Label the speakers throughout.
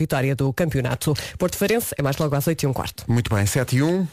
Speaker 1: vitória do campeonato. Porto Farense é mais logo às 8 e um quarto.
Speaker 2: Muito bem, 7 e 1.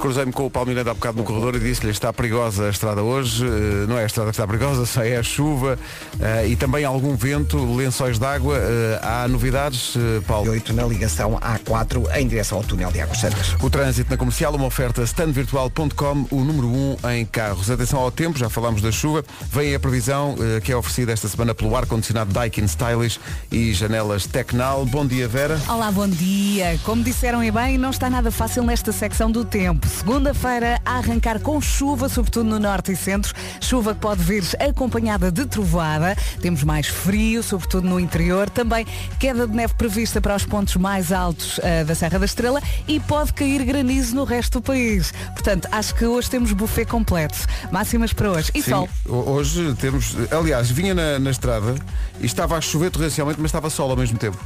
Speaker 2: Cruzei-me com o Paulo Miranda há bocado no corredor e disse-lhe está perigosa a estrada hoje. Eh, Não é a estrada que está perigosa, só é a chuva eh, e também algum vento, lençóis d'água. Eh, Há novidades, eh, Paulo?
Speaker 3: 8 na ligação A4 em direção ao túnel de Águas Santas.
Speaker 2: O trânsito na comercial, uma oferta standvirtual.com, o número 1 em carros. Atenção ao tempo, já falámos da chuva. Vem a previsão eh, que é oferecida esta semana pelo ar-condicionado Daikin Stylish e janelas Tecnal. Bom dia, Vera.
Speaker 4: Olá, bom dia. Como disseram e bem, não está nada fácil nesta secção do tempo. Segunda-feira a arrancar com chuva, sobretudo no norte e centro. Chuva que pode vir acompanhada de trovoada. Temos mais frio, sobretudo no interior. Também queda de neve prevista para os pontos mais altos ah, da Serra da Estrela e pode cair granizo no resto do país. Portanto, acho que hoje temos buffet completo. Máximas para hoje. E
Speaker 2: Sim,
Speaker 4: sol.
Speaker 2: ho- Hoje temos, aliás, vinha na, na estrada e estava a chover torrencialmente, mas estava sol ao mesmo tempo.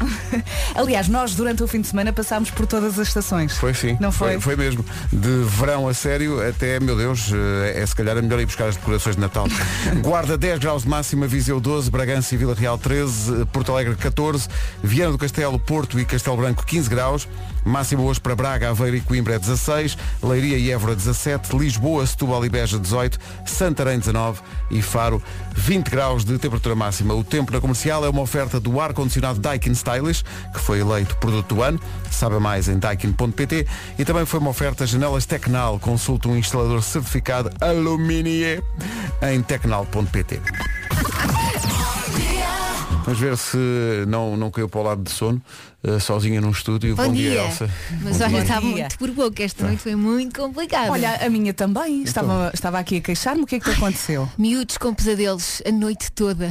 Speaker 4: Aliás, nós durante o fim de semana passámos por todas as estações.
Speaker 2: Foi sim.
Speaker 4: Não foi?
Speaker 2: Foi mesmo. De verão a sério até, meu Deus, eh, é se calhar é melhor ir buscar as decorações de Natal. Guarda 10 graus de máxima, Viseu 12, Bragança e Vila Real 13, eh, Porto Alegre 14, Viana do Castelo, Porto e Castelo Branco 15 graus. Máxima hoje para Braga, Aveiro e Coimbra é 16, Leiria e Évora 17, Lisboa, Setúbal e Beja 18, Santarém 19 e Faro 20 graus de temperatura máxima. O tempo na comercial é uma oferta do ar-condicionado Daikin Stylish, que foi eleito produto do ano. Saiba mais em daikin.pt e também foi uma oferta Janelas Tecnal. Consulte um instalador certificado Aluminie em tecnal.pt. Vamos ver se não, não caiu para o lado de sono, eh, sozinha num estúdio.
Speaker 5: Bom, dia.
Speaker 2: Elsa.
Speaker 5: Mas
Speaker 2: Bom dia. Tá.
Speaker 5: olha, tá está
Speaker 4: Bom dia.
Speaker 5: muito por pouco. Esta noite foi muito complicada.
Speaker 2: Ah,
Speaker 4: Olha, a minha
Speaker 2: Então.
Speaker 4: também. Estava, estava aqui a queixar-me. O que é que te aconteceu?
Speaker 5: miúdos com pesadelos a noite toda. a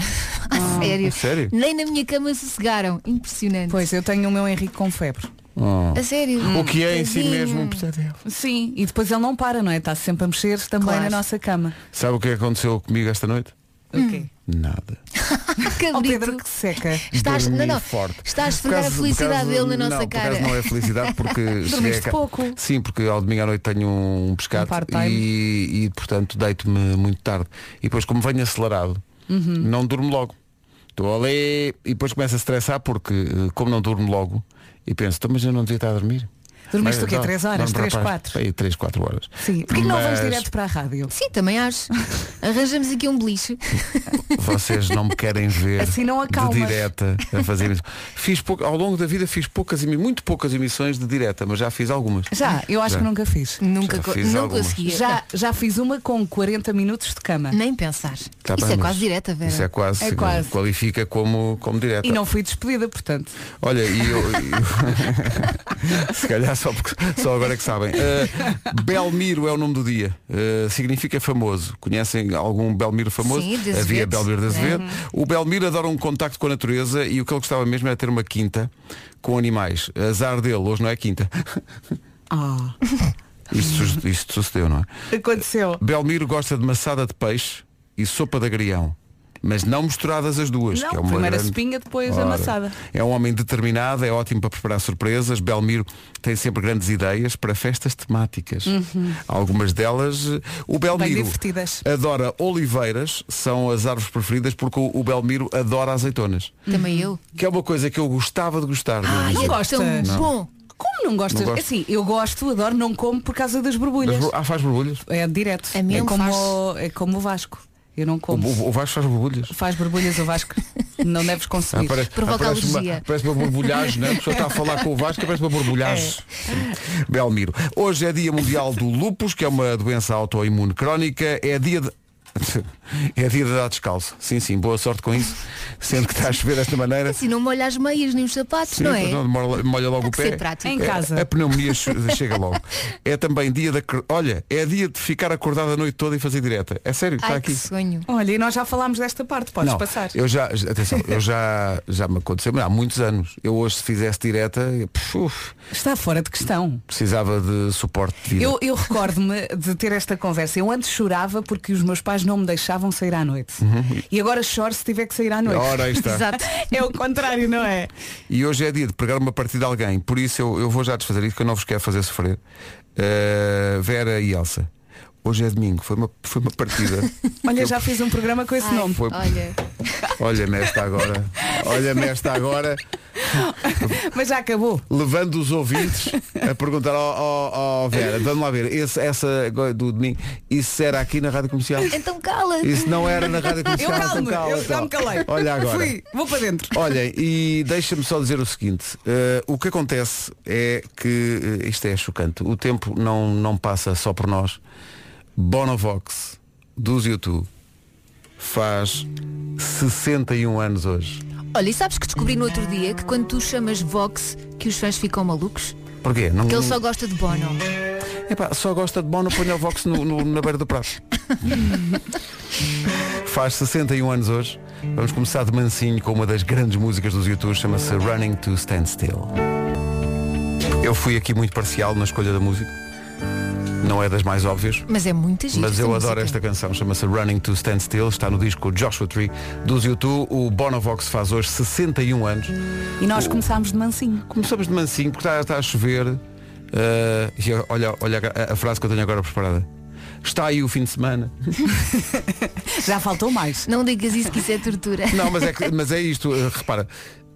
Speaker 4: Ah.
Speaker 5: sério.
Speaker 2: a sério?
Speaker 5: Nem na minha cama sossegaram. Impressionante.
Speaker 4: Pois, é. eu tenho o meu Henrique com febre.
Speaker 2: Oh.
Speaker 5: A sério.
Speaker 2: O que é em si
Speaker 5: Tadinho.
Speaker 2: mesmo um pesadelo.
Speaker 4: Sim. E depois ele não para, não é? Está sempre a mexer também
Speaker 5: Claro.
Speaker 4: na nossa cama.
Speaker 2: Sabe o que aconteceu comigo esta noite?
Speaker 4: O quê?
Speaker 2: Nada.
Speaker 5: Cabrito.
Speaker 4: Ó Pedro que seca.
Speaker 5: Estás, não,
Speaker 2: Dormi
Speaker 5: não.
Speaker 2: forte.
Speaker 5: Está a
Speaker 2: Por
Speaker 5: esfregar a
Speaker 2: acaso-
Speaker 5: felicidade
Speaker 2: por acaso-
Speaker 5: dele na nossa
Speaker 2: não,
Speaker 5: cara.
Speaker 2: Por acaso não é felicidade porque cheguei a
Speaker 4: Dormiste
Speaker 2: ca-
Speaker 4: pouco.
Speaker 2: Sim, porque ao domingo à noite tenho um pescado
Speaker 4: Um part-time.
Speaker 2: e, e, portanto deito-me muito tarde. E depois como venho acelerado,
Speaker 4: Uhum.
Speaker 2: não durmo logo. Estou ali e depois começo a estressar porque eh, como não durmo logo e penso, "Então, mas eu não devia estar a dormir.
Speaker 4: Dormiste
Speaker 2: Mas então,
Speaker 4: o quê?
Speaker 2: não,
Speaker 4: Três horas?
Speaker 2: dorme para
Speaker 4: Três,
Speaker 2: paz.
Speaker 4: quatro?
Speaker 2: Aí, três, quatro horas.
Speaker 4: Sim. Porquê que não
Speaker 2: Mas
Speaker 4: vamos direto para a rádio?
Speaker 5: Sim, também acho. Arranjamos aqui um beliche.
Speaker 2: Vocês não me querem ver
Speaker 4: Assim não acalmas.
Speaker 2: de direta a fazer isso. Fiz pouca- ao longo da vida fiz poucas, emi- muito poucas emissões de direta, mas já fiz algumas.
Speaker 4: Já, eu acho
Speaker 2: Já.
Speaker 4: que nunca fiz.
Speaker 5: Nunca
Speaker 2: Já
Speaker 5: co-
Speaker 2: fiz
Speaker 5: não
Speaker 2: algumas.
Speaker 5: conseguia.
Speaker 4: Já, já fiz uma com 40 minutos de cama.
Speaker 5: Nem pensar.
Speaker 2: Tá
Speaker 5: Isso
Speaker 2: bem,
Speaker 5: é
Speaker 2: mas
Speaker 5: quase direta, Vera.
Speaker 2: Isso é quase,
Speaker 4: É quase.
Speaker 2: qualifica como, como direta.
Speaker 4: E não fui despedida, portanto.
Speaker 2: Olha, e eu, e- se calhar só, porque- só agora é que sabem. Uh, Belmiro é o nome do dia. Uh, significa famoso. Conhecem algum Belmiro famoso?
Speaker 5: Sim, de Azevedo. Uhum.
Speaker 2: Havia Belmiro de Azevedo. O Belmiro adora um contacto com a natureza e o que ele gostava mesmo era ter uma quinta com animais. Azar dele, hoje não é quinta.
Speaker 4: Ah.
Speaker 2: Isto, su- isto sucedeu, não é?
Speaker 4: Aconteceu.
Speaker 2: Belmiro gosta de maçada de peixe e sopa de agrião. Mas não misturadas as duas.
Speaker 4: Não,
Speaker 2: que é uma
Speaker 4: primeiro a
Speaker 2: grande-
Speaker 4: espinha, depois
Speaker 2: Ora,
Speaker 4: a amassada.
Speaker 2: É um homem determinado, é ótimo para preparar surpresas. Belmiro tem sempre grandes ideias para festas temáticas. Algumas delas. eh, O Belmiro
Speaker 4: Uhum. divertidas.
Speaker 2: adora oliveiras, são as árvores preferidas, porque o o Belmiro adora azeitonas.
Speaker 5: Também eu.
Speaker 2: Que é uma coisa que eu gostava de gostar. devo
Speaker 5: Ai,
Speaker 2: dizer.
Speaker 5: é
Speaker 4: gostas?
Speaker 5: tão
Speaker 4: Não.
Speaker 5: bom.
Speaker 4: Como não gostas?
Speaker 2: Não gosto.
Speaker 4: Assim, eu gosto, adoro, não como por causa das borbulhas.
Speaker 2: Mas bur- ah, faz borbulhas?
Speaker 4: É direto.
Speaker 5: A mim
Speaker 4: é,
Speaker 5: não
Speaker 4: como
Speaker 5: faz.
Speaker 4: o, é como o Vasco. Eu não
Speaker 2: O,
Speaker 4: como.
Speaker 2: o, o Vasco faz borbulhas?
Speaker 4: Faz borbulhas o Vasco. não deves
Speaker 2: Ah,
Speaker 4: consumir.
Speaker 2: parece,
Speaker 5: Provoca
Speaker 2: parece uma,
Speaker 5: alergia.
Speaker 2: parece uma borbulhagem, né? A pessoa está a falar com o Vasco, parece uma
Speaker 5: É.
Speaker 2: borbulhagem. Sim. Belmiro. Hoje é dia mundial do lúpus, que é uma doença autoimune crónica. É dia de... É dia de dar descalço. Sim, sim, boa sorte com isso. Sendo que está a chover desta maneira.
Speaker 5: Assim, não molha as meias nem os sapatos,
Speaker 2: Sim,
Speaker 5: não é?
Speaker 2: perdão, molha, molha logo
Speaker 5: Tem
Speaker 2: o
Speaker 5: que
Speaker 2: pé.
Speaker 5: ser prático.
Speaker 4: Em
Speaker 2: É,
Speaker 4: casa.
Speaker 2: A pneumonia che- chega logo. É também dia da. cr- Olha, é dia de ficar acordado a noite toda e fazer direta. É sério, está
Speaker 5: Ai,
Speaker 2: aqui.
Speaker 5: que sonho.
Speaker 4: Olha, e nós já falámos desta parte, podes
Speaker 2: Não,
Speaker 4: passar.
Speaker 2: Eu já, atenção, eu já, já me aconteceu, mas há muitos anos. Eu hoje se fizesse direta, eu, puf, uf,
Speaker 4: Está fora de questão.
Speaker 2: precisava de suporte de vida.
Speaker 4: Eu, eu recordo-me de ter esta conversa. Eu antes chorava porque os meus pais não me deixavam sair à noite.
Speaker 2: Uhum.
Speaker 4: E agora choro se tiver que sair à noite.
Speaker 2: Ora, aí está.
Speaker 5: Exato.
Speaker 4: É o contrário, não é?
Speaker 2: E hoje é dia de pegar uma partida a alguém, por isso eu, eu vou já desfazer isso, que eu não vos quero fazer sofrer. Uh, Vera Eh, e Elsa. Hoje é domingo, foi uma, foi uma partida.
Speaker 4: Olha, já fiz um programa com esse
Speaker 5: Ai,
Speaker 4: nome.
Speaker 5: Olha,
Speaker 2: Olha-me esta agora. Olha-me esta agora.
Speaker 4: Mas já acabou.
Speaker 2: Levando os ouvintes a perguntar ao, ao- ao Vera, vamos lá ver, esse- essa agora do domingo, isso era aqui na Rádio Comercial?
Speaker 5: então cala.
Speaker 2: Isso não era na Rádio
Speaker 4: Eu
Speaker 2: Comercial, então
Speaker 4: calmo,
Speaker 2: cala,
Speaker 4: eu já me
Speaker 2: então.
Speaker 4: calei.
Speaker 2: Olha agora.
Speaker 4: Fui, vou para dentro.
Speaker 2: Olhem, e deixa-me só dizer o seguinte, eh, o que acontece é que, eh, isto é chocante, o tempo não, não passa só por nós. Bonovox, dos YouTube, faz 61 anos hoje.
Speaker 5: Olha, e sabes que descobri no outro dia que quando tu chamas Vox que os fãs ficam malucos?
Speaker 2: Porquê? Não,
Speaker 5: Que ele só gosta de Bono.
Speaker 2: Epá, só gosta de Bono, ponha o Vox no- no- na beira do prato. Faz 61 anos hoje. Vamos começar de mansinho com uma das grandes músicas dos YouTube, chama-se Running to Stand Still. Eu fui aqui muito parcial na escolha da música. Não é das mais óbvias.
Speaker 5: Mas é muita gente.
Speaker 2: Mas eu adoro esta canção, chama-se Running to Stand Still, está no disco Joshua Tree dos YouTube. O Bonovox faz hoje 61 anos.
Speaker 4: E nós começámos de mansinho.
Speaker 2: Começamos de mansinho porque está, está a chover. eh, e olha, olha a, a frase que eu tenho agora preparada. Está aí o fim de semana.
Speaker 4: Já faltou mais.
Speaker 5: Não digas isso que isso é tortura.
Speaker 2: Não, mas é, que- mas é isto, eh, repara.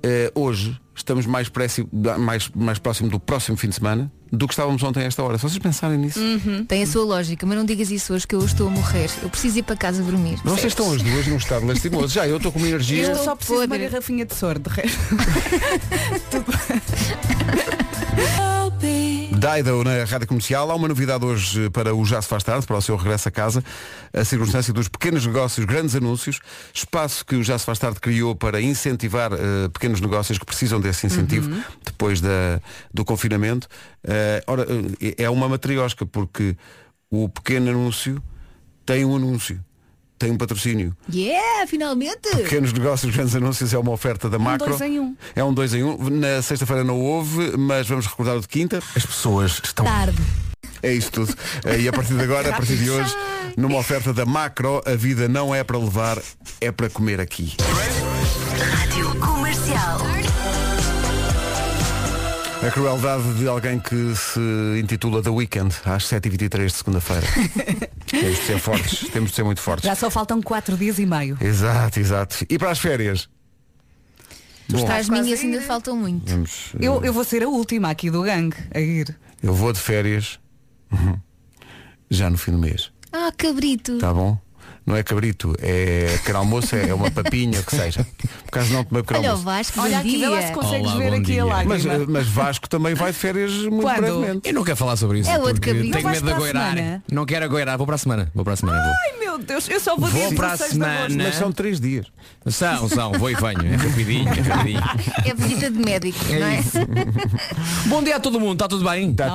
Speaker 2: eh, hoje estamos mais, próximo, mais, mais próximo do próximo fim de semana do que estávamos ontem a esta hora. Se vocês pensarem nisso,
Speaker 5: Tem a sua lógica, mas não digas isso hoje que eu estou a morrer. Eu preciso ir para casa dormir.
Speaker 2: vocês estão as duas num estado lastimoso. Já, eu estou com uma energia.
Speaker 4: Eu
Speaker 5: Estou
Speaker 4: só preciso de uma
Speaker 5: podre.
Speaker 4: garrafinha de soro, de resto.
Speaker 2: Daido na Rádio Comercial. Há uma novidade hoje para o Já se faz tarde, para o seu regresso a casa. A circunstância dos pequenos negócios, grandes anúncios. Espaço que o Já se faz tarde criou para incentivar eh, pequenos negócios que precisam desse incentivo
Speaker 4: Uhum.
Speaker 2: depois da, do confinamento. Eh, ora, eh, é uma matriosca porque o pequeno anúncio tem um anúncio, tem um patrocínio.
Speaker 5: Yeah, finalmente!
Speaker 2: Pequenos negócios, grandes anúncios é uma oferta da Macro.
Speaker 4: dois em um.
Speaker 2: É um 2 em 1. Um. Na sexta-feira não houve, mas vamos recordar o de quinta. As pessoas estão
Speaker 5: Tarde.
Speaker 2: é isso tudo. Eh, E a partir de agora, a partir de hoje, numa oferta da Macro, a vida não é para levar, é para comer aqui.
Speaker 6: Rádio Comercial.
Speaker 2: A crueldade de alguém que se intitula The Weekend, às 7h23 de segunda-feira. Temos de ser fortes, temos de ser muito fortes.
Speaker 4: Já só faltam quatro dias e meio.
Speaker 2: Exato, exato. E para as férias? Bom,
Speaker 5: Para as minhas assim ainda faltam muito.
Speaker 2: vamos, eh,
Speaker 4: Eu, eu vou ser a última aqui do gangue a ir.
Speaker 2: eu vou de férias uhum, já no fim do mês.
Speaker 5: Ah, cabrito!
Speaker 2: Tá bom? Não é cabrito, é pequeno almoço, é uma papinha, o que seja. Por acaso não tomei pequeno
Speaker 5: Olha o
Speaker 2: almoço.
Speaker 5: Vasco,
Speaker 4: Olha
Speaker 5: bom
Speaker 4: aqui, vê lá se
Speaker 5: dia.
Speaker 4: consegues
Speaker 7: Olá,
Speaker 4: ver
Speaker 7: bom
Speaker 4: aqui
Speaker 7: dia. eh,
Speaker 4: a lágrima.
Speaker 2: Mas, mas Vasco também vai de férias muito
Speaker 4: Quando?
Speaker 2: brevemente.
Speaker 7: Eu não quero falar sobre isso.
Speaker 5: É outro
Speaker 7: porque
Speaker 5: capítulo.
Speaker 7: Tenho
Speaker 4: Não
Speaker 7: medo de
Speaker 4: vais para a
Speaker 7: agoirar.
Speaker 4: semana?
Speaker 7: Não quero agoirar. Vou para a semana. Vou para a semana.
Speaker 4: Ai meu Deus, eu só vou,
Speaker 7: Vou
Speaker 4: dia
Speaker 7: para a
Speaker 4: 16 de agosto.
Speaker 7: semana.
Speaker 2: Mas são três dias.
Speaker 7: Vou. São, são. Vou e venho. É rapidinho, é rapidinho.
Speaker 5: É visita de médico, não é?
Speaker 7: Bom dia a todo mundo. Está tudo bem?
Speaker 2: Tá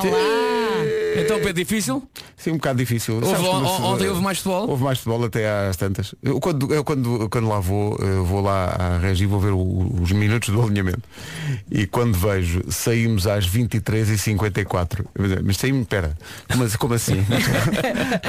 Speaker 7: Então, Pedro, difícil?
Speaker 2: Sim, um bocado difícil. Sabes
Speaker 7: Houve,
Speaker 2: como
Speaker 7: on-
Speaker 2: se-
Speaker 7: ontem houve mais futebol?
Speaker 2: Houve mais futebol até às tantas. Eu quando, eu quando, quando lá vou, eu vou lá à regi e vou ver o- os minutos do alinhamento. E quando vejo, saímos às 23h54. Eu vou dizer, Mas saímos, pera, mas como assim?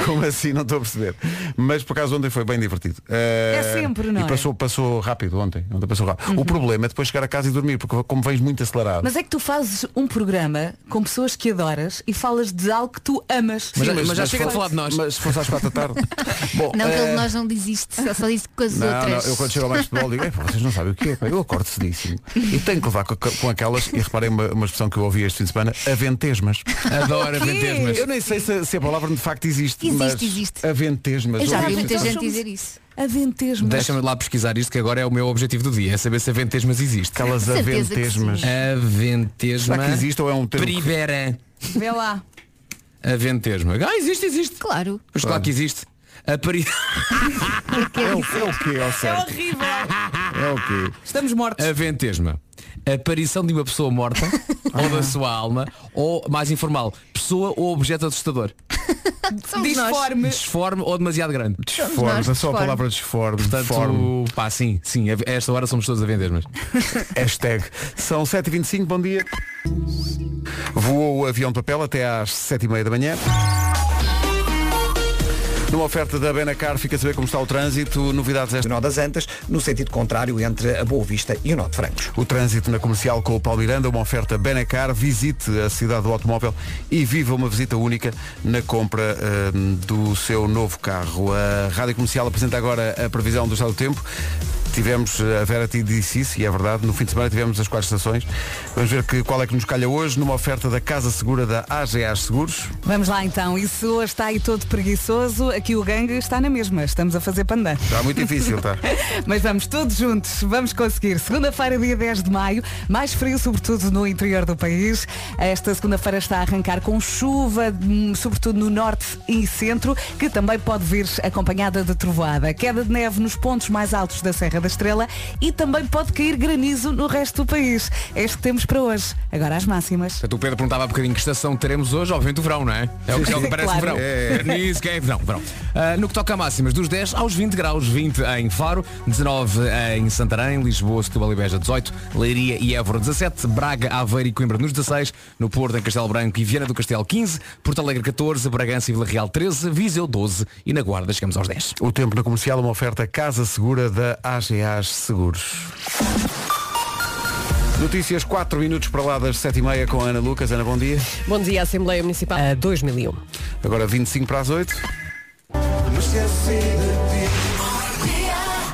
Speaker 2: como assim? Não estou a perceber. Mas por acaso ontem foi bem divertido. Eh,
Speaker 4: É sempre, não
Speaker 2: E
Speaker 4: é?
Speaker 2: passou, passou rápido ontem. ontem passou rápido. O problema é depois chegar a casa e dormir, porque como vens muito acelerado.
Speaker 4: Mas é que tu fazes um programa com pessoas que adoras e falas de algo que tu amas.
Speaker 7: Mas- mas já chega de
Speaker 2: fosse-
Speaker 7: falar de nós.
Speaker 2: Mas é, se fosse às quatro da tarde. Bom,
Speaker 5: Não, que ele
Speaker 2: eh,
Speaker 5: de nós não diz isto, só, só diz com as
Speaker 2: Não,
Speaker 5: outras.
Speaker 2: não, eu quando chego ao mais futebol digo, "Ei, pá, vocês não sabem o que é, pá, eu acordo cedíssimo. E tenho que levar co- co- com, aquelas, e reparem uma, uma expressão que eu ouvi este fim de semana, aventesmas.
Speaker 7: Adoro
Speaker 4: quê?
Speaker 7: aventesmas.
Speaker 2: Eu nem sei se, se a palavra de facto existe.
Speaker 5: Existe,
Speaker 2: mas
Speaker 5: existe.
Speaker 2: Aventesmas.
Speaker 5: Eu já
Speaker 2: ouvi
Speaker 5: vi
Speaker 4: Sabe,
Speaker 5: muita
Speaker 4: nós
Speaker 5: gente
Speaker 4: somos-
Speaker 5: dizer isso.
Speaker 4: Aventesmas.
Speaker 7: Deixa-me lá pesquisar isto que agora é o meu objetivo do dia. É saber se aventesmas existe.
Speaker 2: Aquelas
Speaker 5: Certeza que
Speaker 2: aventesmas.
Speaker 5: sim.
Speaker 7: Aventesma.
Speaker 2: Será que existe ou é um termo que-
Speaker 7: Primeira.
Speaker 4: Vê lá.
Speaker 7: Aventesma. Ah, existe, existe.
Speaker 5: Claro.
Speaker 7: Mas claro que existe. Apari...
Speaker 2: É o, é o quê, ao
Speaker 4: É
Speaker 2: certo?
Speaker 4: horrível.
Speaker 2: É o quê?
Speaker 4: Estamos mortos.
Speaker 7: Aventesma. Aparição de uma pessoa morta ou da sua alma ou, mais informal, pessoa ou objeto assustador.
Speaker 5: Somos nós.
Speaker 4: Disforme.
Speaker 7: Desforme ou demasiado grande.
Speaker 2: Desformes, é só a
Speaker 5: disforme.
Speaker 2: palavra desforme. Forme.
Speaker 7: Portanto, pá, sim, sim, a esta hora somos todos aventesmas.
Speaker 2: Hashtag. São 7h25, bom dia. Voou o avião de papel até às 7h30 da manhã. Numa oferta da Benacar, fica a saber como está o trânsito. Novidades
Speaker 3: do
Speaker 2: esta.
Speaker 3: Nó das Antas, no sentido contrário entre a Boa Vista e o Nó de Francos.
Speaker 2: O trânsito na comercial com o Palmiranda, uma oferta Benacar. Visite a cidade do automóvel e viva uma visita única na compra hum, do seu novo carro. A Rádio Comercial apresenta agora a previsão do estado do tempo. Tivemos, eh, a Vera te disse isso, e é verdade, no fim de semana tivemos as quatro estações. Vamos ver que, qual é que nos calha hoje, numa oferta da Casa Segura da AGAs Seguros.
Speaker 4: Vamos lá então, e se hoje está aí todo preguiçoso, aqui o gangue está na mesma, estamos a fazer pandan.
Speaker 2: Está muito difícil, tá? está?
Speaker 4: Mas vamos todos juntos, vamos conseguir. Segunda-feira, dia 10 de maio, mais frio, sobretudo no interior do país. Esta segunda-feira está a arrancar com chuva, hum, sobretudo no norte e centro, que também pode vir acompanhada de trovoada. Queda de neve nos pontos mais altos da Serra da Estrela e também pode cair granizo no resto do país. É isto que temos para hoje. Agora as máximas.
Speaker 7: Portanto, o Pedro perguntava há bocadinho que estação teremos hoje, obviamente o verão, não é? É o que, é o que parece
Speaker 4: Claro.
Speaker 7: o verão. Verniz, que é verão, verão. Ah, no que toca a máximas, dos 10 aos 20 graus, 20 em Faro, 19 em Santarém, Lisboa, Setúbal e Beja 18, Leiria e Évora 17, Braga, Aveiro e Coimbra nos 16, no Porto, em Castelo Branco e Viana do Castelo 15, Porto Alegre 14, Bragança e Vila Real 13, Viseu 12 e na Guarda chegamos aos 10.
Speaker 2: O tempo na comercial, uma oferta Casa Segura da AGAs Seguros. Notícias 4 minutos para lá das 7h30 com a Ana Lucas. Ana, bom dia.
Speaker 1: Bom dia, Assembleia Municipal a 2001.
Speaker 2: Agora 25 para as 8.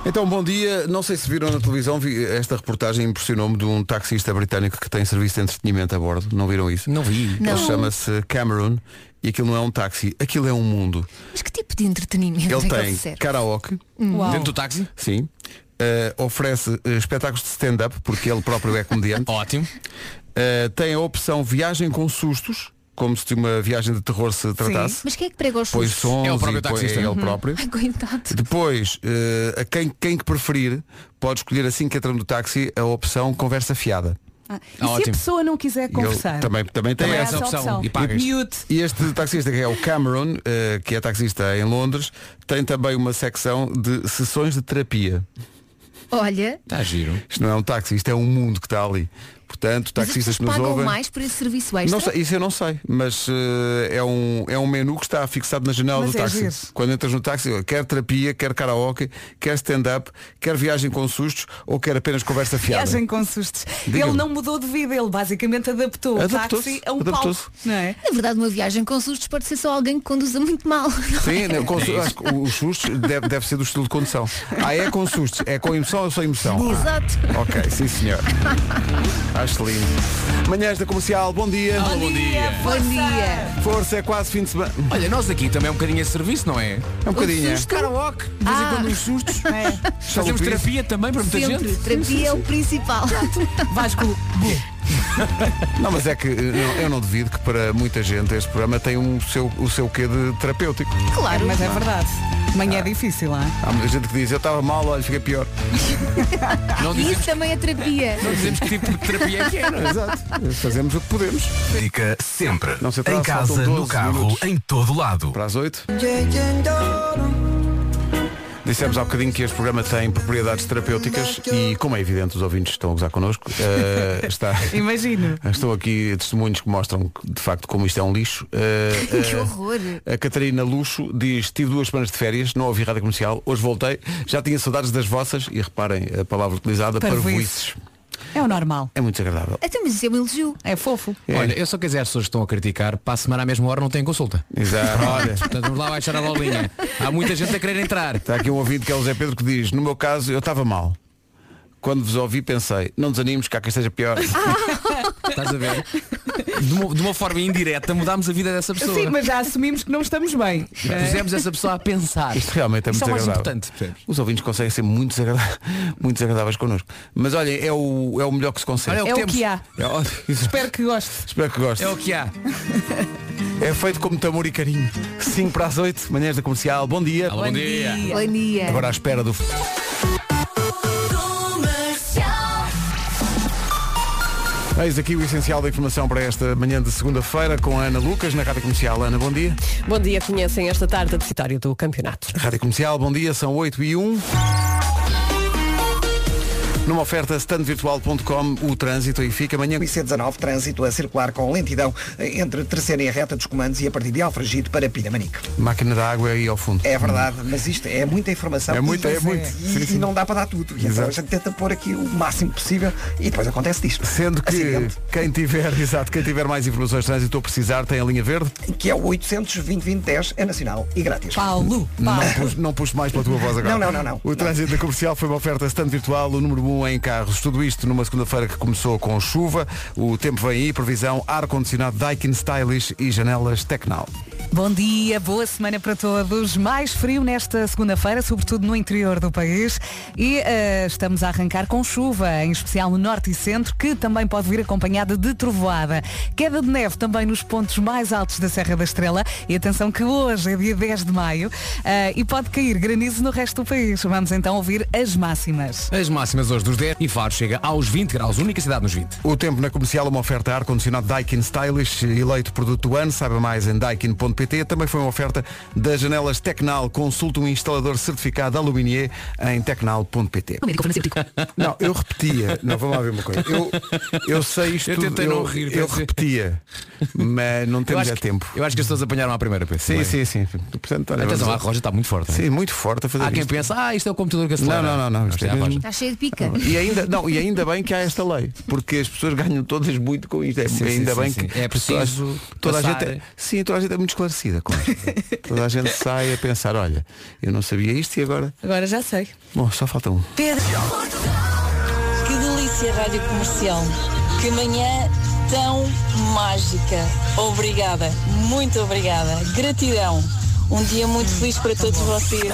Speaker 2: Então, bom dia. Não sei se viram na televisão, vi- esta reportagem impressionou-me de um taxista britânico que tem serviço de entretenimento a bordo. Não viram isso?
Speaker 7: Não vi.
Speaker 5: Não.
Speaker 2: Ele chama-se Cameron e aquilo não é um táxi, aquilo é um mundo.
Speaker 5: Mas que tipo de entretenimento é
Speaker 2: Ele
Speaker 5: que ele
Speaker 2: tem
Speaker 5: serve?
Speaker 2: karaoke,
Speaker 7: Dentro do táxi?
Speaker 2: Sim. Eh, oferece eh, espetáculos de stand-up, porque ele próprio é comediante.
Speaker 7: Ótimo.
Speaker 2: Eh, tem a opção viagem com sustos, como se de uma viagem de terror se tratasse.
Speaker 5: Mas quem é que prega os
Speaker 2: Põe
Speaker 5: sustos?
Speaker 2: sons
Speaker 7: É o próprio
Speaker 2: e põe-
Speaker 7: taxista.
Speaker 2: é ele próprio.
Speaker 5: Ai, coitado.
Speaker 2: Depois, eh, a quem, quem que preferir, pode escolher assim que entra no táxi a opção conversa fiada.
Speaker 4: Ah, e
Speaker 7: Ah,
Speaker 4: se a
Speaker 7: ótimo.
Speaker 4: pessoa não quiser
Speaker 2: Ele
Speaker 4: conversar?
Speaker 2: também, também tem
Speaker 4: Também há
Speaker 2: essa.
Speaker 7: essa opção. E pagas.
Speaker 4: Mute.
Speaker 2: E este taxista, que é o Cameron, eh, que é taxista em Londres, tem também uma secção de sessões de terapia.
Speaker 5: Olha,
Speaker 7: Está giro.
Speaker 2: Isto não é um táxi, isto é um mundo que está ali. Portanto,
Speaker 5: mas as
Speaker 2: taxistas
Speaker 5: pessoas
Speaker 2: que nos
Speaker 5: pagam
Speaker 2: ouvem.
Speaker 5: mais por esse serviço extra.
Speaker 2: Não sei, isso eu não sei, mas eh, é, um, é um menu que está fixado na janela
Speaker 4: Mas
Speaker 2: do
Speaker 4: é
Speaker 2: táxi.
Speaker 4: giro.
Speaker 2: Quando entras no táxi, quer terapia, quer karaoke, quer stand-up, quer viagem com sustos ou quer apenas conversa fiada.
Speaker 4: Viagem com sustos.
Speaker 2: Diga-me.
Speaker 4: Ele não mudou de vida, ele basicamente adaptou o
Speaker 2: Adaptou-se,
Speaker 4: táxi a um
Speaker 2: adaptou-se.
Speaker 4: palco. Não é?
Speaker 5: Na verdade, uma viagem com sustos pode ser só alguém que conduza muito mal. não
Speaker 2: Sim,
Speaker 5: é?
Speaker 2: não, com, acho que os sustos deve, deve ser do estilo de condução. Ah, é com sustos, é com emoção ou sem emoção?
Speaker 5: Exato.
Speaker 2: Ok, sim senhor. Acho lindo. Manhãs da comercial, bom dia.
Speaker 7: bom dia.
Speaker 5: Bom dia.
Speaker 2: Força, é quase fim de semana.
Speaker 7: Olha, nós aqui também é um bocadinho esse serviço, não é?
Speaker 2: É um bocadinho. é.
Speaker 7: Karaoke. De vez em quando uns sustos. Fazemos
Speaker 2: Chalupice.
Speaker 7: terapia também para muita
Speaker 5: Sempre.
Speaker 7: gente.
Speaker 5: Terapia é o principal.
Speaker 4: Vasco,
Speaker 2: Não, mas é que eh, não- eu não duvido que para muita gente este programa tem um seu, o seu quê de terapêutico.
Speaker 5: Claro.
Speaker 4: mas é verdade. Amanhã é difícil, lá.
Speaker 2: Há muita gente que diz, eu estava mal, olha, fica pior.
Speaker 4: Ah,
Speaker 7: Não
Speaker 5: E
Speaker 7: dizemos,
Speaker 5: isso também é terapia.
Speaker 7: não dizemos que tipo de terapia é que é, não é?
Speaker 2: Exato. Fazemos o que podemos.
Speaker 8: Dica sempre.
Speaker 2: Não se atrasa,
Speaker 8: em casa,
Speaker 2: faltam
Speaker 8: no
Speaker 2: 12
Speaker 8: carro,
Speaker 2: minutos.
Speaker 8: em todo lado.
Speaker 2: Para as oito. Dissemos há bocadinho que este programa tem propriedades terapêuticas e, como é evidente, os ouvintes estão a gozar connosco. eh, está...
Speaker 4: Imagino.
Speaker 2: Estão Ah, aqui é testemunhos que mostram, que, de facto, como isto é um lixo. Eh,
Speaker 5: Que
Speaker 2: eh,
Speaker 5: horror.
Speaker 2: A Catarina Luxo diz, tive duas semanas de férias, não ouvi rádio comercial, hoje voltei, já tinha saudades das vossas, e reparem a palavra utilizada,
Speaker 4: Parvoíces.
Speaker 2: parvoices.
Speaker 4: É o normal.
Speaker 2: É muito desagradável.
Speaker 5: Até mas isso é um elogio.
Speaker 4: É fofo.
Speaker 7: Olha, eu só quiser as pessoas que estão a criticar, para a semana à mesma hora não têm consulta.
Speaker 2: Exato. Olha,
Speaker 7: Portanto, vamos lá baixar a bolinha. Há muita gente a querer entrar.
Speaker 2: está aqui um ouvido que é o Zé Pedro que diz, no meu caso eu estava mal. Quando vos ouvi pensei, não desanimes, cá que esteja pior.
Speaker 7: Estás a ver? De uma, de uma forma indireta mudámos a vida dessa pessoa.
Speaker 4: Sim, mas já assumimos que não estamos bem.
Speaker 7: Pusemos essa pessoa a pensar.
Speaker 2: Isto realmente é muito
Speaker 7: Isto é o mais
Speaker 2: desagradável.
Speaker 7: importante, percebes?
Speaker 2: Os ouvintes conseguem ser muito desagradáveis, muito desagradáveis connosco. Mas olha, é o, é o melhor que se consegue.
Speaker 7: Olha,
Speaker 4: É o
Speaker 7: temos.
Speaker 4: que há.
Speaker 2: É ó-
Speaker 4: Espero que goste.
Speaker 2: Espero que gostes.
Speaker 7: É o que há.
Speaker 2: É feito como amor e carinho. 5 para as 8, manhãs da comercial. Bom dia.
Speaker 7: Alô, bom dia.
Speaker 5: Bom dia.
Speaker 2: Agora à espera do. Eis aqui o essencial da informação para esta manhã de segunda-feira com a Ana Lucas na Rádio Comercial. Ana, bom dia.
Speaker 1: Bom dia, conhecem esta tarde a decisória do campeonato.
Speaker 2: Rádio Comercial, bom dia, são 8 e 1. Numa oferta standvirtual.com, o trânsito aí fica amanhã.
Speaker 3: O IC19 trânsito a circular com lentidão eh, entre terceira e a reta dos comandos e a partir de Alfragide para Pinamanique.
Speaker 2: Máquina de água aí ao fundo.
Speaker 3: É verdade, mas isto é muita informação.
Speaker 2: É muito,
Speaker 3: e,
Speaker 2: é muito.
Speaker 3: E,
Speaker 2: Sim,
Speaker 3: e
Speaker 2: sim.
Speaker 3: não dá para dar tudo. E então
Speaker 2: Exato.
Speaker 3: a gente tenta pôr aqui o máximo possível e depois acontece disto.
Speaker 2: Sendo que
Speaker 3: Acidente.
Speaker 2: quem tiver, exato, quem tiver mais informações de trânsito ou precisar, tem a linha verde.
Speaker 3: que é o 820-2010, é nacional e grátis.
Speaker 4: Paulo, Paulo.
Speaker 2: Não puxo, não puxo mais pela tua voz agora.
Speaker 3: Não, não, não, não.
Speaker 2: O trânsito da comercial foi uma oferta stand virtual, o número 1 um em carros. Tudo isto numa segunda-feira que começou com chuva. O tempo vem aí, previsão ar-condicionado Daikin Stylish e janelas Tecnal.
Speaker 4: Bom dia, boa semana para todos. Mais frio nesta segunda-feira, sobretudo no interior do país. E eh, estamos a arrancar com chuva, em especial no norte e centro, que também pode vir acompanhada de trovoada. Queda de neve também nos pontos mais altos da Serra da Estrela. E atenção que hoje é dia 10 de maio eh, e pode cair granizo no resto do país. Vamos então ouvir as máximas.
Speaker 7: As máximas hoje dos 10 e Faro chega aos 20 graus, única cidade nos 20.
Speaker 2: O tempo na comercial, uma oferta ar-condicionado Daikin Stylish, eleito produto do ano, saiba mais em daikin.pt. Também foi uma oferta das janelas Tecnal. Consulte um instalador certificado aluminier em tecnal.pt.
Speaker 5: é
Speaker 2: Não, eu repetia. Não, vamos lá ver uma coisa. Eu, eu sei isto.
Speaker 7: Eu
Speaker 2: tudo,
Speaker 7: tentei não rir,
Speaker 2: Eu
Speaker 7: quer dizer.
Speaker 2: repetia. Mas não temos já tempo. Então,
Speaker 7: Eu acho que as pessoas apanharam à primeira vez.
Speaker 2: Sim, sim, sim. Portanto, olha,
Speaker 7: Atenção, a
Speaker 2: vamos-
Speaker 7: roja está muito forte.
Speaker 2: Sim, muito forte a fazer
Speaker 7: Há quem
Speaker 2: isto.
Speaker 7: pensa, ah, isto é o computador que
Speaker 2: Não,
Speaker 7: acelera.
Speaker 2: não, não, não. Isto
Speaker 7: a
Speaker 2: é
Speaker 7: roja.
Speaker 2: mesmo...
Speaker 5: Está cheio de pica.
Speaker 2: E é ainda, não, e ainda bem que há esta lei, porque as pessoas ganham todas muito com isto. É,
Speaker 7: Sim,
Speaker 2: ainda
Speaker 7: sim,
Speaker 2: bem
Speaker 7: sim,
Speaker 2: que
Speaker 7: sim. É preciso
Speaker 2: toda, a- toda a gente
Speaker 7: passar.
Speaker 2: é, Sim, toda a gente é muito esclarecida com isto. toda a gente sai a pensar, olha, eu não sabia isto e agora.
Speaker 1: Agora já sei.
Speaker 2: Bom, só falta um.
Speaker 1: Pedro.
Speaker 9: Que delícia Rádio Comercial. Que manhã tão mágica. Obrigada, muito obrigada. Gratidão. Um dia muito feliz para todos vocês.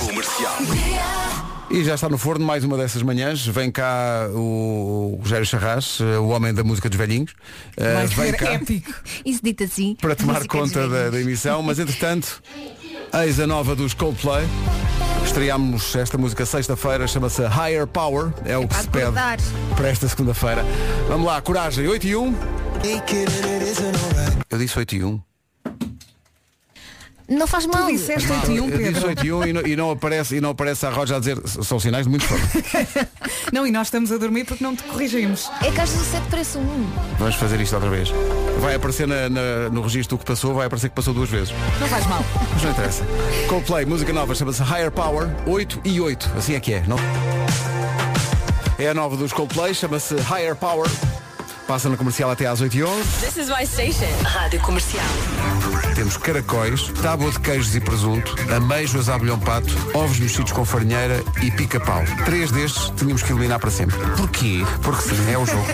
Speaker 2: E já está no forno mais uma dessas manhãs. Vem cá o Rogério Charras, eh, o homem da música dos velhinhos. Eh,
Speaker 4: Vai
Speaker 2: vem
Speaker 4: ser
Speaker 2: cá
Speaker 4: épico.
Speaker 5: Isso dito assim.
Speaker 2: para tomar
Speaker 5: música
Speaker 2: conta
Speaker 5: dos
Speaker 2: da, da
Speaker 5: velhinhos.
Speaker 2: emissão, mas entretanto, eis a nova dos Coldplay. Estreámos esta música sexta-feira, chama-se Higher Power, é o que
Speaker 5: para
Speaker 2: se pede
Speaker 5: acordar.
Speaker 2: para esta segunda-feira. Vamos lá, coragem, 8 e 1. Eu disse 8 e 1.
Speaker 5: Não faz mal.
Speaker 4: Tu disseste 81,
Speaker 2: Eu disse
Speaker 4: Pedro.
Speaker 2: 8 e 1 e não, e não aparece, e não aparece a Roja a dizer, são sinais de muito fogo.
Speaker 4: Não, e nós estamos a dormir porque não te corrigimos.
Speaker 5: É que às 17 parece um.
Speaker 2: Vamos fazer isto outra vez. Vai aparecer na- na- no registro o que passou, vai aparecer que passou duas vezes.
Speaker 4: Não faz mal.
Speaker 2: Mas não interessa. Coldplay, música nova, chama-se Higher Power 8 e 8. Assim é que é. Não... É a nova dos Coldplay, chama-se Higher Power. Passa no comercial até às 8 e 11
Speaker 9: This is my station.
Speaker 6: Rádio Comercial.
Speaker 2: Temos caracóis, tábua de queijos e presunto, ameijos à abelhão pato, ovos mexidos com farinheira e pica-pau. Três destes tínhamos que eliminar para sempre.
Speaker 7: Porquê?
Speaker 2: Porque sim, é o jogo.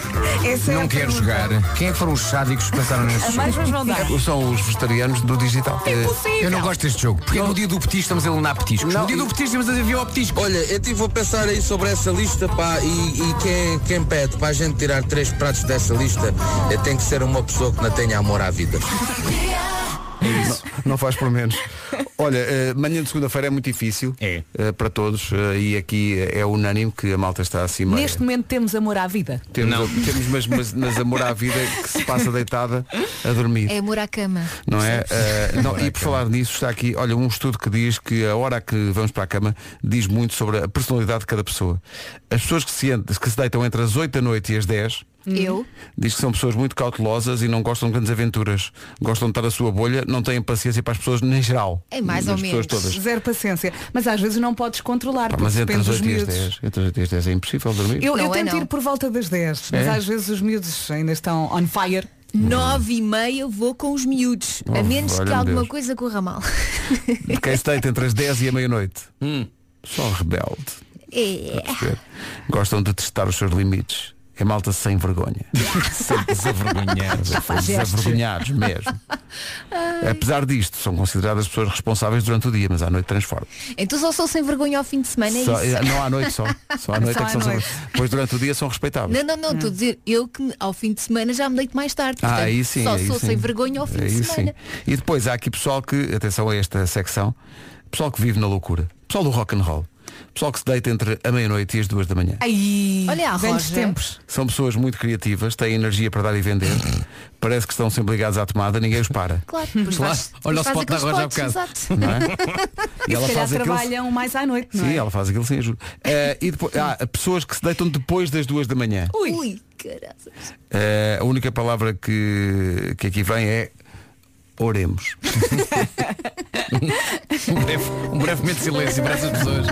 Speaker 4: Essa é a
Speaker 7: Não quero
Speaker 4: pergunta.
Speaker 7: jogar. Quem é que foram os sádicos que pensaram neste
Speaker 4: A
Speaker 7: jogo?
Speaker 4: mais vamos não dar.
Speaker 2: São os vegetarianos do digital.
Speaker 9: É
Speaker 7: É
Speaker 2: Eh,
Speaker 7: Eu não gosto deste jogo. Porque no dia do petisco estamos a eliminar petiscos. No dia do petisco estamos a enviar ao petisco.
Speaker 10: Olha, eu estive a pensar aí sobre essa lista, pá, e, e quem, quem pede para a gente tirar três pratos dessa lista, eh, tem que ser uma pessoa que não tenha amor à vida.
Speaker 2: Não faz por menos. Olha, eh, manhã de segunda-feira é muito difícil
Speaker 7: É.
Speaker 2: eh, para todos eh, e aqui é unânime que a malta está acima.
Speaker 4: Neste momento temos amor à vida.
Speaker 2: Temos, temos mas, mas, mas amor à vida que se passa deitada a dormir.
Speaker 5: É amor à cama.
Speaker 2: Não é? Ah, não, e por falar nisso, está aqui, olha, um estudo que diz que a hora que vamos para a cama diz muito sobre a personalidade de cada pessoa. As pessoas que se, en- que se deitam entre as 8 da noite e as 10
Speaker 5: Eu?
Speaker 2: diz que são pessoas muito cautelosas e não gostam de grandes aventuras. Gostam de estar na sua bolha, não têm paciência para as pessoas nem geral.
Speaker 5: É mais ou
Speaker 2: As pessoas
Speaker 5: menos.
Speaker 2: Todas.
Speaker 4: Zero paciência. Mas às vezes não podes
Speaker 2: Pá,
Speaker 4: controlar, porque
Speaker 2: mas é entre
Speaker 4: depende
Speaker 2: as
Speaker 4: dos
Speaker 2: 8 e as
Speaker 4: miúdos.
Speaker 2: 10, entre as 8 e as 10 é impossível dormir.
Speaker 4: Eu, eu
Speaker 5: Não é,
Speaker 4: tento
Speaker 5: não.
Speaker 4: ir por volta das 10, mas
Speaker 2: É?
Speaker 4: às vezes os miúdos ainda estão on fire.
Speaker 5: Nove e meia vou com os miúdos.
Speaker 2: Oh,
Speaker 5: a menos que
Speaker 2: valha-me
Speaker 5: alguma
Speaker 2: Deus.
Speaker 5: coisa corra mal.
Speaker 2: Quem se deita entre as 10 e a meia-noite. Só rebelde.
Speaker 5: É.
Speaker 2: perceber? Gostam de testar os seus limites. É malta sem vergonha.
Speaker 7: São desavergonhados.
Speaker 2: Desavergonhados mesmo. Apesar disto, são consideradas pessoas responsáveis durante o dia, mas à noite transformam.
Speaker 5: Então só sou sem vergonha ao fim de semana, é
Speaker 2: Só- eh,
Speaker 5: isso?
Speaker 2: não à noite só. Só à noite
Speaker 4: Só
Speaker 2: é que são
Speaker 4: à noite.
Speaker 2: sobre- Pois durante o dia são respeitáveis.
Speaker 5: Não, não, não, estou a dizer, eu que me- ao fim de semana já me deito mais tarde.
Speaker 2: Ah,
Speaker 5: portanto,
Speaker 2: aí sim,
Speaker 5: só
Speaker 2: aí
Speaker 5: sou
Speaker 2: sim.
Speaker 5: sem vergonha ao fim
Speaker 2: Aí
Speaker 5: de semana.
Speaker 2: sim. E depois há aqui pessoal que, atenção a esta secção, pessoal que vive na loucura, pessoal do rock and roll. Pessoal que se deita entre a meia-noite e as duas da manhã.
Speaker 4: Ai,
Speaker 5: Olha a
Speaker 4: velhos
Speaker 5: Roja.
Speaker 4: tempos.
Speaker 2: São pessoas muito criativas, têm energia para dar e vender. Parece que estão sempre ligados à tomada, ninguém os para.
Speaker 5: Claro, depois
Speaker 7: Claro.
Speaker 5: faz,
Speaker 7: Olha
Speaker 5: depois
Speaker 7: o
Speaker 5: faz
Speaker 7: spot da
Speaker 5: aqueles
Speaker 7: Roja há
Speaker 5: spots,
Speaker 7: bocado.
Speaker 5: exato.
Speaker 2: Não é?
Speaker 4: E se calhar
Speaker 2: aquilo-
Speaker 4: trabalham mais à noite, não
Speaker 2: Sim,
Speaker 4: é?
Speaker 2: ela faz aquilo sem ajuda. Eh, e depois, há pessoas que se deitam depois das duas da manhã.
Speaker 4: Ui.
Speaker 5: Ui, caralho.
Speaker 2: Eh, a única palavra que, que aqui vem é oremos.
Speaker 7: Um breve, um breve momento de silêncio para essas pessoas.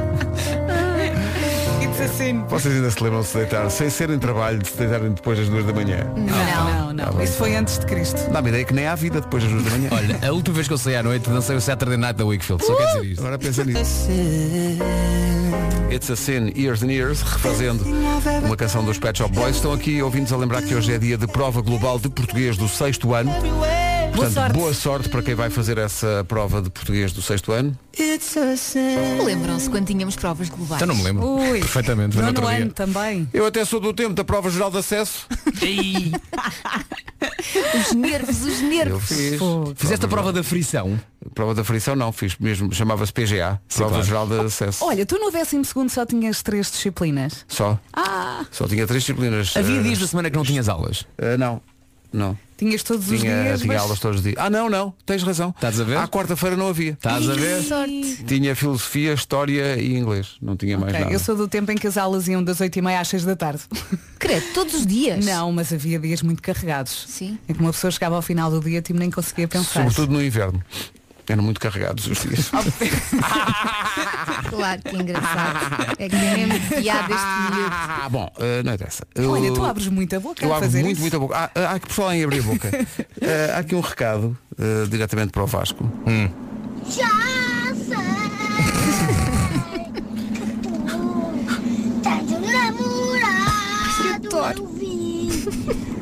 Speaker 4: It's a sin.
Speaker 2: Vocês ainda se lembram de se deitar sem serem trabalho, de se deitarem depois das duas da manhã?
Speaker 4: Não, não, não. Isso foi antes de Cristo.
Speaker 2: Dá-me ideia que nem há vida depois das duas da manhã.
Speaker 7: Olha, a última vez que eu saí à noite dancei o Saturday Night da Wakefield. Só quer dizer isto.
Speaker 2: Agora pensa nisso. It's a Sin, Years and Years, refazendo uma canção dos Pet Shop Boys. Estão aqui ouvintes a lembrar que hoje é dia de prova global de português do sexto ano. Portanto,
Speaker 4: sorte.
Speaker 2: boa sorte para quem vai fazer essa prova de português do sexto ano.
Speaker 5: Lembram-se quando tínhamos provas globais?
Speaker 7: Então não me lembro.
Speaker 4: Ui.
Speaker 7: Perfeitamente. Foi no
Speaker 4: Nono
Speaker 7: outro
Speaker 4: ano
Speaker 7: dia.
Speaker 4: também.
Speaker 2: Eu até sou do tempo da prova geral de acesso.
Speaker 5: Os nervos, os
Speaker 2: Eu
Speaker 5: nervos.
Speaker 2: fiz.
Speaker 7: Fizeste a prova da frição?
Speaker 2: Prova da frição não, fiz mesmo, chamava-se PGA, Prova
Speaker 7: claro.
Speaker 2: Geral de Acesso.
Speaker 4: Olha, tu no décimo segundo só tinhas três disciplinas.
Speaker 2: Só.
Speaker 4: Ah!
Speaker 2: Só tinha três disciplinas.
Speaker 7: Havia
Speaker 2: Eh,
Speaker 7: dias da semana que não tinhas aulas.
Speaker 2: eh, não. Não.
Speaker 4: Tinhas todos os
Speaker 2: Tinha,
Speaker 4: dias.
Speaker 2: tinha
Speaker 4: mas-
Speaker 2: aulas todos os dias. Ah, não, não. Tens razão.
Speaker 7: Estás a ver?
Speaker 2: À quarta-feira não havia.
Speaker 7: Estás a ver?
Speaker 5: Sorte.
Speaker 2: Tinha filosofia, história e inglês. Não tinha mais
Speaker 4: Ok,
Speaker 2: nada.
Speaker 4: Eu sou do tempo em que as aulas iam das 8h30 às 6 da tarde.
Speaker 5: Credo, todos os dias.
Speaker 4: Não, mas havia dias muito carregados.
Speaker 5: Sim.
Speaker 4: Em que uma pessoa chegava ao final do dia e tipo, nem conseguia pensar.
Speaker 2: Sobretudo no inverno. Eram muito carregados os dias.
Speaker 4: Ah,
Speaker 5: Claro, que é engraçado. É que tem mesmo piada este miúdo.
Speaker 2: Ah, bom, eh, não interessa. Eu,
Speaker 4: uh, Olha, tu abres muita boca
Speaker 2: eu
Speaker 4: a
Speaker 2: abro
Speaker 4: fazer
Speaker 2: muito,
Speaker 4: isso.
Speaker 2: muito a boca. Ah, ah, há que por falar em abrir a boca. Eh, há aqui um recado eh, diretamente para o Vasco.
Speaker 6: Já sei que tu tens um namorado. Eu vi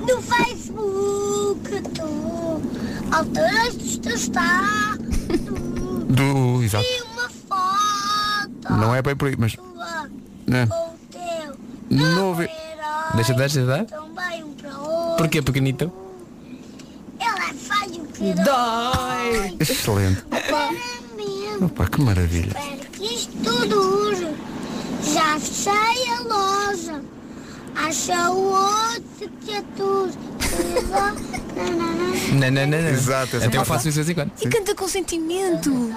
Speaker 6: no Facebook tu alteraste o teu estado
Speaker 2: Do. Exato.
Speaker 6: e uma foto
Speaker 2: Tá. Não é bem por aí, mas.
Speaker 6: tua
Speaker 2: né?
Speaker 6: com o teu
Speaker 2: Novo-
Speaker 6: novo herói.
Speaker 7: Deixa, deixa, deixa.
Speaker 6: Também um para outro.
Speaker 7: Porquê, pequenito?
Speaker 6: Ela é feio que
Speaker 4: Dói.
Speaker 6: dói.
Speaker 2: Excelente.
Speaker 6: Claramente.
Speaker 2: Opa, que maravilha.
Speaker 6: Espero que isto dure. Já fechei a loja. Acha o outro que é tudo.
Speaker 7: Não, não, não. não.
Speaker 2: Exato, essa
Speaker 7: Até eu
Speaker 2: parte.
Speaker 7: faço isso de vez em quando.
Speaker 5: E canta com sentimento.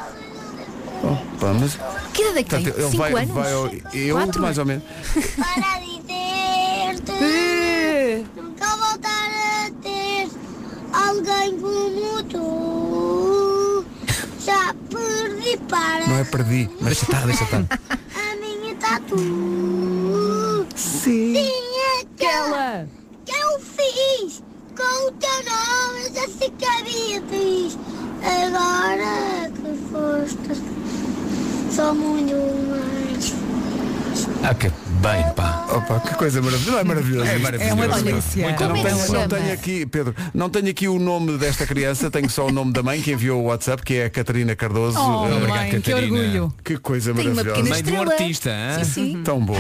Speaker 2: Opa, mas.
Speaker 5: Que idade é que tem?
Speaker 2: Portanto, ele
Speaker 5: Cinco
Speaker 2: vai,
Speaker 5: anos?
Speaker 2: vai ao- eu
Speaker 5: Quatro?
Speaker 2: mais ou menos.
Speaker 6: Para dizer-te.
Speaker 4: Eh,
Speaker 6: Nunca voltar a ter alguém como tu. Já perdi para
Speaker 2: Não é perdi, mas
Speaker 7: Deixa estar, deixa estar.
Speaker 6: a minha tatu.
Speaker 4: Sim.
Speaker 6: Tinha aquela.
Speaker 4: Ela.
Speaker 6: é que eu fiz com o teu nome, eu já sei que havia fiz. Agora que foste, sou muito mais.
Speaker 7: Ah, que bem, pá.
Speaker 2: Opa, que coisa maravilhosa. Não é maravilhosa. isto?
Speaker 7: maravilhoso.
Speaker 4: uma delícia.
Speaker 7: Muito
Speaker 2: Não
Speaker 5: Como é que
Speaker 2: tenho,
Speaker 7: bom.
Speaker 5: se
Speaker 2: não
Speaker 5: chama?
Speaker 2: tenho aqui, Pedro, não tenho aqui o nome desta criança, tenho só o nome da mãe que enviou o WhatsApp, que é a Catarina Cardoso.
Speaker 4: Oh,
Speaker 2: Eh,
Speaker 7: obrigado,
Speaker 4: mãe, que
Speaker 7: Catarina.
Speaker 4: orgulho.
Speaker 2: que coisa
Speaker 5: Tem uma
Speaker 2: maravilhosa.
Speaker 5: pequena
Speaker 7: Meio de um
Speaker 5: estrela.
Speaker 7: artista, hã?
Speaker 5: sim, sim.
Speaker 2: Tão boa.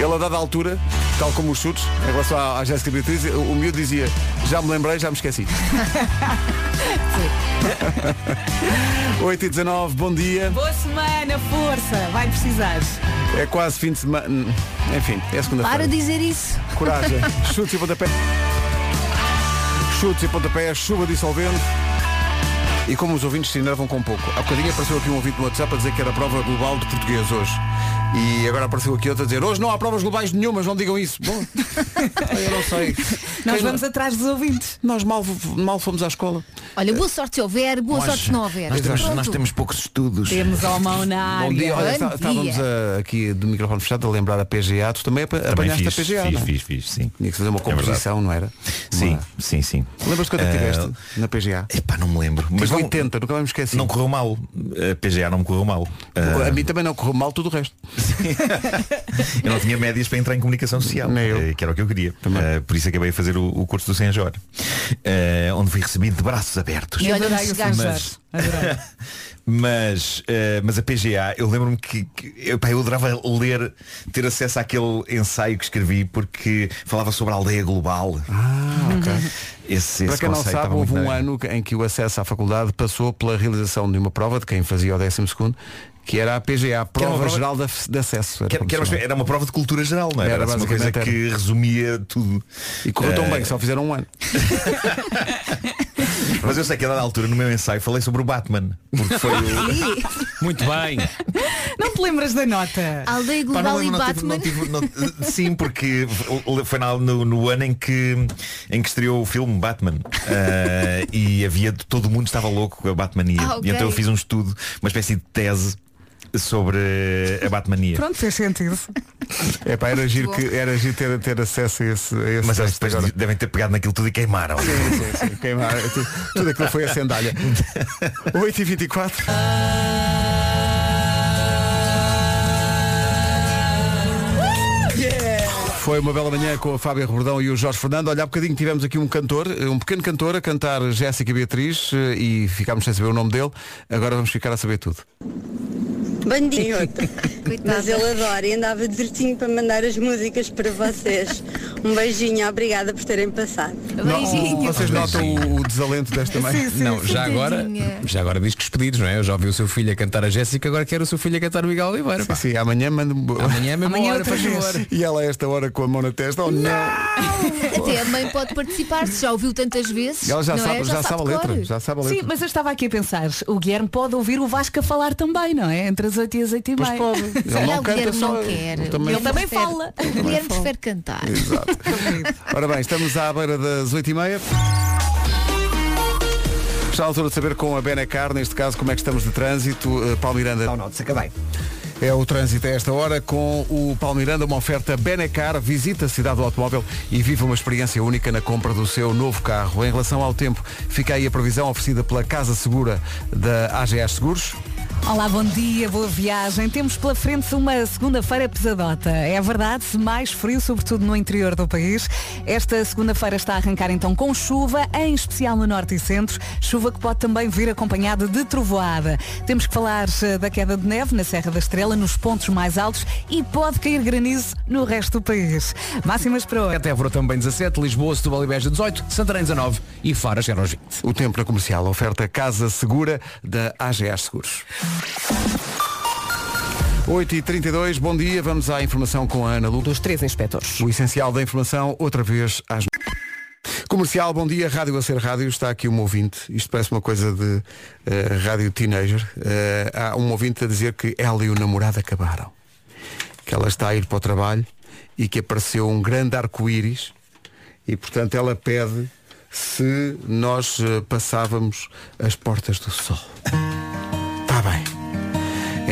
Speaker 2: Ele a dada altura, tal como os chutes, em relação à, à Jéssica Beatriz, o, o miúdo dizia, já me lembrei, já me esqueci. 8 e 19, bom dia.
Speaker 4: Boa semana, força. Vai precisar.
Speaker 2: É quase fim de semana. Enfim, é segunda-feira.
Speaker 5: Para de dizer isso.
Speaker 2: Coragem. Chutes e pontapé. Chutes e pontapé, chuva dissolvente. E como os ouvintes se enervam com pouco. Há bocadinho apareceu aqui um ouvinte no WhatsApp a dizer que era a prova global de português hoje. E agora apareceu aqui outro a dizer, hoje não há provas globais nenhumas, não digam isso. Bom, eu não sei.
Speaker 4: Nós
Speaker 2: Quem-
Speaker 4: vamos atrás dos ouvintes.
Speaker 2: Nós mal, mal fomos à escola.
Speaker 5: Olha, boa sorte se houver, boa sorte se não houver.
Speaker 8: Nós temos,
Speaker 5: Pronto.
Speaker 8: nós temos poucos estudos.
Speaker 4: Temos a mão na área.
Speaker 2: Bom dia, olha,
Speaker 5: Bom
Speaker 2: está-
Speaker 5: dia.
Speaker 2: estávamos a- aqui do microfone fechado a lembrar a PGA. Tu também, apa- apanhaste a PGA, não é?
Speaker 11: fiz, fiz, sim.
Speaker 2: Tinha que fazer uma
Speaker 11: É verdade.
Speaker 2: composição, não era?
Speaker 11: Sim,
Speaker 2: Uma-
Speaker 11: sim, sim.
Speaker 2: Lembras quando é que
Speaker 11: Eh,
Speaker 2: tiveste na PGA?
Speaker 11: Epá, não me lembro.
Speaker 2: Mas
Speaker 11: não,
Speaker 2: 80, nunca mais me esqueci.
Speaker 11: não correu mal. A PGA não me correu mal. Ah,
Speaker 2: A mim também não correu mal tudo o resto.
Speaker 11: eu não tinha médias para entrar em comunicação social,
Speaker 2: Nem eu.
Speaker 11: eh, que era o que eu queria. Ah, por isso acabei a fazer o, o curso do Senjor, ah, onde fui recebido de braços abertos.
Speaker 5: E olha onde
Speaker 4: Adorei o
Speaker 5: chegaste.
Speaker 4: César. Adorei.
Speaker 11: Mas, eh, mas a PGA, eu lembro-me que, que epá, eu adorava ler, ter acesso àquele ensaio que escrevi porque falava sobre a aldeia global.
Speaker 2: Ah, ok.
Speaker 11: Esse,
Speaker 2: Para
Speaker 11: esse
Speaker 2: quem não
Speaker 11: conceito
Speaker 2: sabe,
Speaker 11: estava
Speaker 2: houve
Speaker 11: muito
Speaker 2: um
Speaker 11: na-
Speaker 2: ano em que o acesso à faculdade passou pela realização de uma prova de quem fazia o 12 segundo, que era a PGA, a
Speaker 11: Que era
Speaker 2: Prova,
Speaker 11: uma prova-
Speaker 2: Geral de, Af- de Acesso.
Speaker 11: Que era, que era uma, espé- era uma prova de cultura geral, não é?
Speaker 2: Era,
Speaker 11: Era, assim uma coisa
Speaker 2: basicamente
Speaker 11: que resumia tudo.
Speaker 2: E correu tão bem que só
Speaker 11: fizeram um ano. Mas eu sei que a dada altura, no meu ensaio, falei sobre o Batman. Porque foi o... Muito bem.
Speaker 4: Não te lembras da nota?
Speaker 5: Aldeia Global e Batman.
Speaker 11: sim, porque foi na- no, no ano em que, em que estreou o filme Batman. Ah, e havia todo o mundo estava louco com a Batmania.
Speaker 4: Ah, ok.
Speaker 11: E então eu fiz um estudo, uma espécie de tese sobre a Batmania.
Speaker 4: Pronto, fez sentido.
Speaker 2: É pá, era giro,
Speaker 4: Muito
Speaker 2: que, era giro ter, ter acesso a esse. A esse
Speaker 11: Mas eles
Speaker 2: teste
Speaker 11: depois
Speaker 2: agora.
Speaker 11: devem ter pegado naquilo tudo e queimaram.
Speaker 2: Sim, sim, sim, queimaram. Tudo, tudo aquilo foi a sandália. 8h24. Foi uma bela manhã com a Fábia Rebordão e o Jorge Fernando. Olha, há bocadinho tivemos aqui um cantor, um pequeno cantor a cantar Jéssica Beatriz eh, e ficámos sem saber o nome dele. Agora vamos ficar a saber tudo.
Speaker 12: Bandido. Mas ele adora e andava de vertinho para mandar as músicas para vocês. Um beijinho, obrigada por terem passado.
Speaker 2: Não, vocês notam o, o desalento desta mãe?
Speaker 7: não, já agora, já agora diz que os pedidos, não é? Eu já ouvi o seu filho a cantar a Jéssica, agora quero o seu filho a cantar o Miguel Oliveira. Sim,
Speaker 2: amanhã manda
Speaker 7: Amanhã é a mesma
Speaker 5: Amanhã
Speaker 7: hora,
Speaker 5: outra
Speaker 7: faz
Speaker 5: vez.
Speaker 7: favor.
Speaker 2: E ela a esta hora com a mão na testa, oh não!
Speaker 5: Até a mãe pode participar, se já ouviu tantas vezes.
Speaker 2: Ela já
Speaker 5: não é?
Speaker 2: sabe- já sabe a
Speaker 5: de
Speaker 2: letra,
Speaker 5: cor.
Speaker 2: já sabe a
Speaker 4: Sim, mas eu estava aqui a pensar, o Guilherme pode ouvir o Vasco a falar também, não é? Entre as 8 e as 8 e
Speaker 5: Pois
Speaker 4: meia.
Speaker 5: pode. Ele
Speaker 2: não
Speaker 5: o Guilherme
Speaker 2: só-
Speaker 5: não quer.
Speaker 2: ele também-
Speaker 5: Ele também
Speaker 4: Ele fala.
Speaker 5: fala. O Guilherme prefere cantar.
Speaker 2: Exato. Ora bem, estamos à beira das 8h30. Está a altura de saber com a Benacar, neste caso, como é que estamos de trânsito. Uh, Palmiranda. Não,
Speaker 3: não, se acabei.
Speaker 2: É o trânsito a esta hora com o Palmiranda, uma oferta Benacar. Visita a cidade do automóvel e vive uma experiência única na compra do seu novo carro. Em relação ao tempo, fica aí a previsão oferecida pela Casa Segura da AGS Seguros.
Speaker 4: Olá, bom dia, boa viagem. Temos pela frente uma segunda-feira pesadota. É verdade, mais frio, sobretudo no interior do país. Esta segunda-feira está a arrancar então com chuva, em especial no norte e centro. Chuva que pode também vir acompanhada de trovoada. Temos que falar eh, da queda de neve na Serra da Estrela, nos pontos mais altos e pode cair granizo no resto do país. Máximas para hoje.
Speaker 7: Até Évora também 17, Lisboa, Setúbal e Beja 18, Santarém 19 e Faro chega aos 20.
Speaker 2: O tempo na comercial, oferta Casa Segura da AGS Seguros. 8h32, bom dia, vamos à informação com a Ana Lu. Dos três inspectores. O essencial da informação, outra vez às... Comercial, bom dia, Rádio a Ser Rádio, está aqui um ouvinte, isto parece uma coisa de eh, rádio teenager, Eh, há um ouvinte a dizer que ela e o namorado acabaram, que ela está a ir para o trabalho e que apareceu um grande arco-íris e portanto ela pede se nós eh, passávamos as portas do sol. Está bem.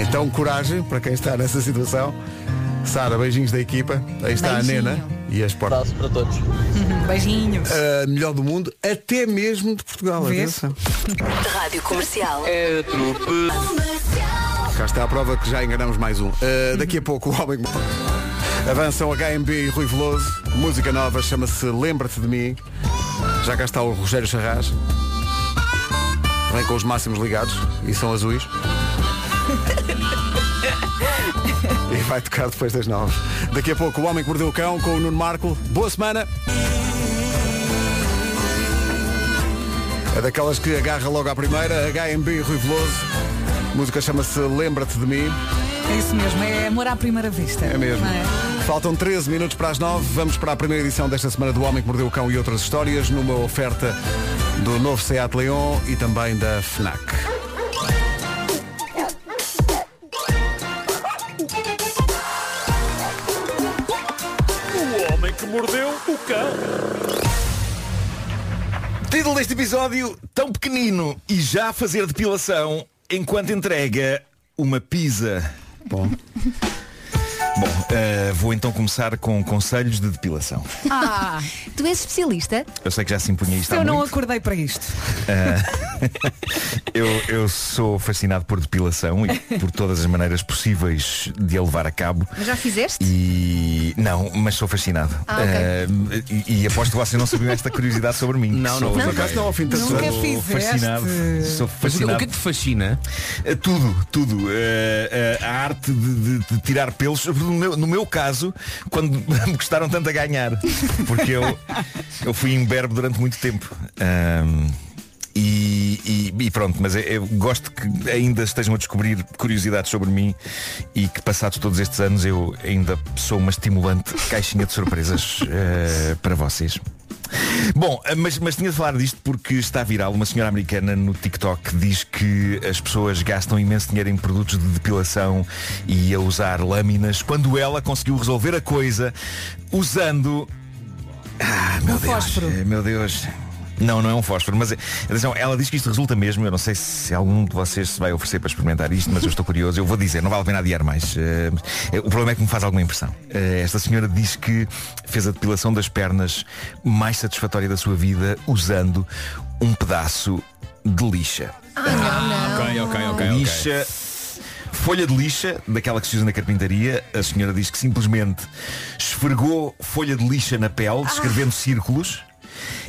Speaker 2: Então coragem para quem está nessa situação. Sara, beijinhos da equipa. Aí está
Speaker 4: Beijinho.
Speaker 2: a Nena e as portas. para todos.
Speaker 4: Beijinho.
Speaker 2: melhor do mundo, até mesmo de Portugal.
Speaker 4: Vês?
Speaker 2: atenção.
Speaker 13: Rádio Comercial.
Speaker 2: É trupe. Cá está a prova que já enganamos mais um. Uh, daqui a pouco o homem que- Avançam HMB e Rui Veloso. Música nova, chama-se Lembra-te de mim. Já cá está o Rogério Charras. Vem com os máximos ligados e são azuis. E vai tocar depois das nove. Daqui a pouco o Homem que Mordeu o Cão com o Nuno Marco. Boa semana! É daquelas que agarra logo à primeira, HMB Rui Veloso. A música chama-se Lembra-te de mim.
Speaker 4: É isso mesmo, é amor à primeira vista.
Speaker 2: É mesmo.
Speaker 4: não é?
Speaker 2: Faltam 13 minutos para as 9. Vamos para a primeira edição desta semana do Homem que Mordeu o Cão e outras histórias, numa oferta do novo Seat Leon e também da FNAC.
Speaker 14: O homem que mordeu o cão.
Speaker 11: Título deste episódio, tão pequenino e já a fazer depilação enquanto entrega uma pizza. Bom. Bom, eh, vou então começar com conselhos de depilação.
Speaker 5: Ah, tu és especialista?
Speaker 11: Eu sei que já se impunha isto há
Speaker 2: Tá
Speaker 4: Eu não
Speaker 11: muito.
Speaker 4: acordei para isto.
Speaker 11: Ah, eu, eu sou fascinado por depilação e por todas as maneiras possíveis de a levar a cabo.
Speaker 5: Mas já fizeste?
Speaker 11: E não, mas sou fascinado.
Speaker 5: Ah, ok.
Speaker 11: Ah, e, e aposto que vocês não sabiam esta curiosidade sobre mim.
Speaker 7: Não, não,
Speaker 11: Sou-
Speaker 7: por acaso não, ao fim de tantos Nunca anos.
Speaker 11: Sou
Speaker 7: fizeste.
Speaker 11: fascinado. Sou
Speaker 7: Mas o que-
Speaker 11: fascinado.
Speaker 7: o que é que te fascina?
Speaker 11: Ah, Tudo, tudo. Ah, ah, a arte de, de- de tirar pelos, no meu, no meu caso, quando me custaram tanto a ganhar. Porque eu, eu fui imberbe durante muito tempo. Ah, E, e- e pronto, mas eu, eu gosto que ainda estejam a descobrir curiosidades sobre mim e que passados todos estes anos eu ainda sou uma estimulante caixinha de surpresas eh, para vocês. Bom, eh, mas, mas tinha de falar disto porque está viral. Uma senhora americana no TikTok diz que as pessoas gastam imenso dinheiro em produtos de depilação e a usar lâminas quando ela conseguiu resolver a coisa usando ah, meu Deus. eh, Meu Deus. Não, não é um fósforo, mas eh, atenção, ela diz que isto resulta mesmo, eu não sei se algum de vocês se vai oferecer para experimentar isto, mas eu estou curioso, eu vou dizer, não vale a pena adiar mais. Eh, eh, o problema é que me faz alguma impressão. Eh, esta senhora diz que fez a depilação das pernas mais satisfatória da sua vida usando um pedaço de lixa.
Speaker 7: ok, ok, ok. ok.
Speaker 11: Lixa, folha de lixa, daquela que se usa na carpintaria, a senhora diz que simplesmente esfregou folha de lixa na pele, descrevendo círculos,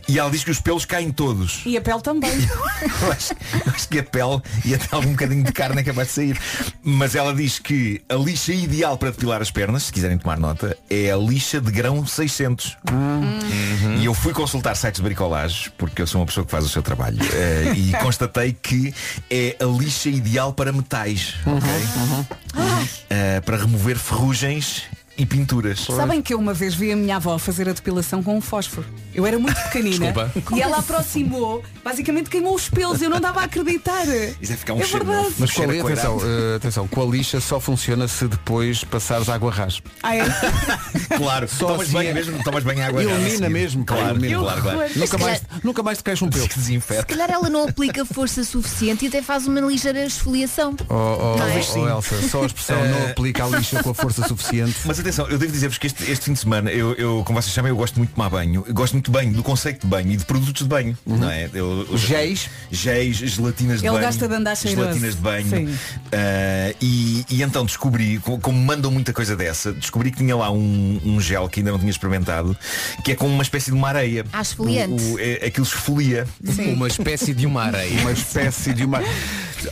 Speaker 11: e ela diz que os pelos caem todos.
Speaker 4: E a pele também.
Speaker 11: Eu acho, eu acho que a pele e até algum bocadinho de carne é capaz de sair. Mas ela diz que a lixa ideal para depilar as pernas, se quiserem tomar nota, é a lixa de grão 600.
Speaker 2: Hum.
Speaker 11: E eu fui consultar sites de bricolagem, porque eu sou uma pessoa que faz o seu trabalho, eh, e constatei que é a lixa ideal para metais,
Speaker 2: Uhum,
Speaker 11: ok? Eh, para remover ferrugens e pinturas.
Speaker 4: Sabem que eu uma vez vi a minha avó fazer a depilação com um fósforo. Eu era muito pequenina
Speaker 11: Desculpa.
Speaker 4: e ela aproximou, basicamente queimou os pelos, eu não dava a acreditar.
Speaker 11: Isso é ficar um
Speaker 4: é
Speaker 11: cheiro
Speaker 4: verdade.
Speaker 11: novo.
Speaker 2: Mas com a,
Speaker 11: Cheira a coirante.
Speaker 2: atenção, eh, atenção, com a lixa só funciona se depois passares água ras.
Speaker 4: Ah, é?
Speaker 11: Claro,
Speaker 2: Só
Speaker 11: tomas
Speaker 2: assim
Speaker 11: bem
Speaker 2: é.
Speaker 11: mesmo, tomas bem água.
Speaker 2: Ilumina
Speaker 11: nela a seguir.
Speaker 2: mesmo, pá,
Speaker 11: claro,
Speaker 2: ilumina.
Speaker 11: claro, claro.
Speaker 5: Que
Speaker 2: Nunca mais, nunca mais te queixa um pelo.
Speaker 5: Se
Speaker 11: Desinfeta.
Speaker 5: calhar ela não aplica força suficiente e até faz uma ligeira esfoliação.
Speaker 2: Oh, oh,
Speaker 5: Não é?
Speaker 2: oh, oh, Elsa, só a expressão não
Speaker 11: Eh,
Speaker 2: aplica a lixa com a força suficiente.
Speaker 11: Mas atenção, eu devo dizer-vos que este, este fim de semana, eu, eu, como vocês sabem, eu gosto muito de tomar banho. Eu gosto muito de banho, do conceito de banho e de produtos de banho. Não é? Eu,
Speaker 2: Uhum.
Speaker 11: eu-
Speaker 2: Géis?
Speaker 11: Géis, gelatinas de
Speaker 4: Ele
Speaker 11: banho.
Speaker 4: gosta de andar cheiroso.
Speaker 11: Gelatinas de banho.
Speaker 4: Sim.
Speaker 11: Ah, e, e então descobri, co- como mandam muita coisa dessa, descobri que tinha lá um, um gel que ainda não tinha experimentado, que é com uma espécie de uma areia.
Speaker 5: Ah, esfoliante.
Speaker 11: O- o- é- aquilo esfolia.
Speaker 7: Sim. Uma espécie de uma areia.
Speaker 2: Uma espécie de uma.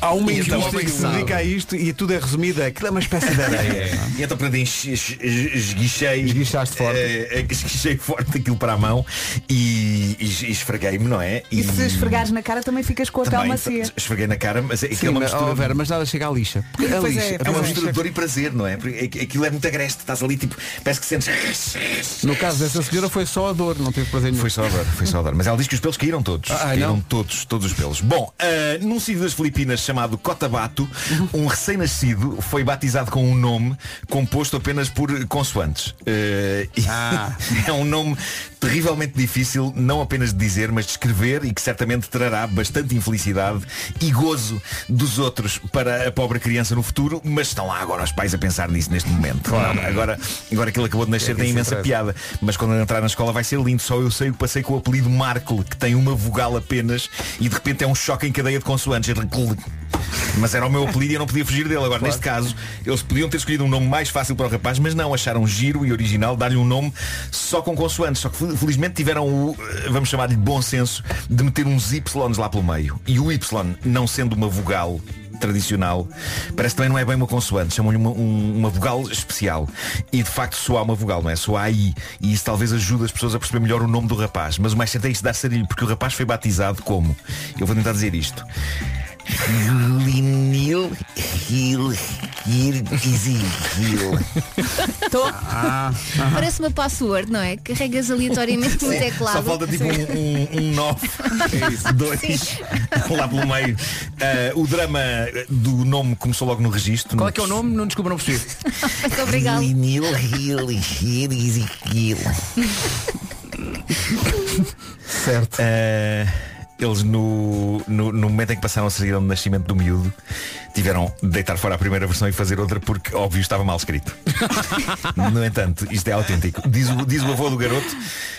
Speaker 2: Há
Speaker 7: um
Speaker 2: uma
Speaker 11: E então,
Speaker 2: indústria que se
Speaker 11: sabe.
Speaker 2: dedica a isto e tudo é resumido. Aquilo é uma espécie de areia.
Speaker 11: É. E então pronto, es- es- es- esguichei Esguichaste forte Esguichei forte aquilo para a mão E, e es- esfreguei-me, não é?
Speaker 4: E se esfregares na cara também ficas com a pele
Speaker 11: também,
Speaker 4: macia.
Speaker 11: t- esfreguei na cara Mas aquilo
Speaker 2: Sim,
Speaker 11: é uma
Speaker 2: mas,
Speaker 11: mistura
Speaker 2: oh, Vera, mas nada chega à lixa. Porque a
Speaker 4: Pois é,
Speaker 2: lixa,
Speaker 11: É uma
Speaker 2: pois é.
Speaker 11: mistura de dor e prazer, não é? Porque aqu- Aquilo é muito agreste, estás ali tipo, parece que sentes.
Speaker 2: No caso dessa senhora foi só a dor, não teve prazer nenhum.
Speaker 11: Foi só a dor, foi só a dor. Mas ela diz que os pelos caíram todos.
Speaker 2: Ah,
Speaker 11: caíram
Speaker 2: não?
Speaker 11: todos, todos os pelos. Bom, ah, num sítio das Filipinas chamado Cotabato,
Speaker 2: Uhum.
Speaker 11: um recém-nascido foi batizado com um nome composto apenas por consoantes. Eh, e
Speaker 2: Ah.
Speaker 11: É um nome terrivelmente difícil, não apenas de dizer, mas de escrever e que certamente trará bastante infelicidade e gozo dos outros para a pobre criança no futuro, mas estão lá agora os pais a pensar nisso neste momento. Não, agora, agora aquilo acabou de nascer
Speaker 2: É que
Speaker 11: tem
Speaker 2: isso
Speaker 11: imensa
Speaker 2: interessa.
Speaker 11: piada piada. Mas quando ele entrar na escola vai ser lindo. Só eu sei o que passei com o apelido Marco, que tem uma vogal apenas e de repente é um choque em cadeia de consoantes. Ele- Mas era o meu apelido e eu não podia fugir dele. Agora, neste caso, eles podiam ter escolhido um nome mais fácil para o rapaz, mas não, acharam giro e original dar-lhe um nome só com consoantes. Só que fel- felizmente tiveram o, eh, vamos chamar-lhe bom senso, de meter uns Ys lá pelo meio. E o Y, não sendo uma vogal, tradicional parece que também não é bem uma consoante chamam-lhe uma, um- uma vogal especial e de facto soa uma vogal não é soa aí e isso talvez ajude as pessoas a perceber melhor o nome do rapaz mas o mais certo é isso dar sarilho porque o rapaz foi batizado como eu vou tentar dizer isto Linil Hil
Speaker 5: Tô-
Speaker 11: ah,
Speaker 5: Parece uma password, não é? Carregas aleatoriamente no teclado.
Speaker 11: Só falta tipo um, um, um 9 2 lá pelo meio. Ah, o drama do nome começou logo no registro.
Speaker 7: Qual
Speaker 11: no-
Speaker 7: é que é o nome? Não desculpa, não percebi.
Speaker 5: Muito obrigada.
Speaker 2: Certo.
Speaker 11: Eh, eles no, no, no momento em que passaram a certidão de nascimento do miúdo tiveram de deitar fora a primeira versão e fazer outra porque óbvio estava mal escrito. no entanto, isto é autêntico. Diz o, diz o avô do garoto,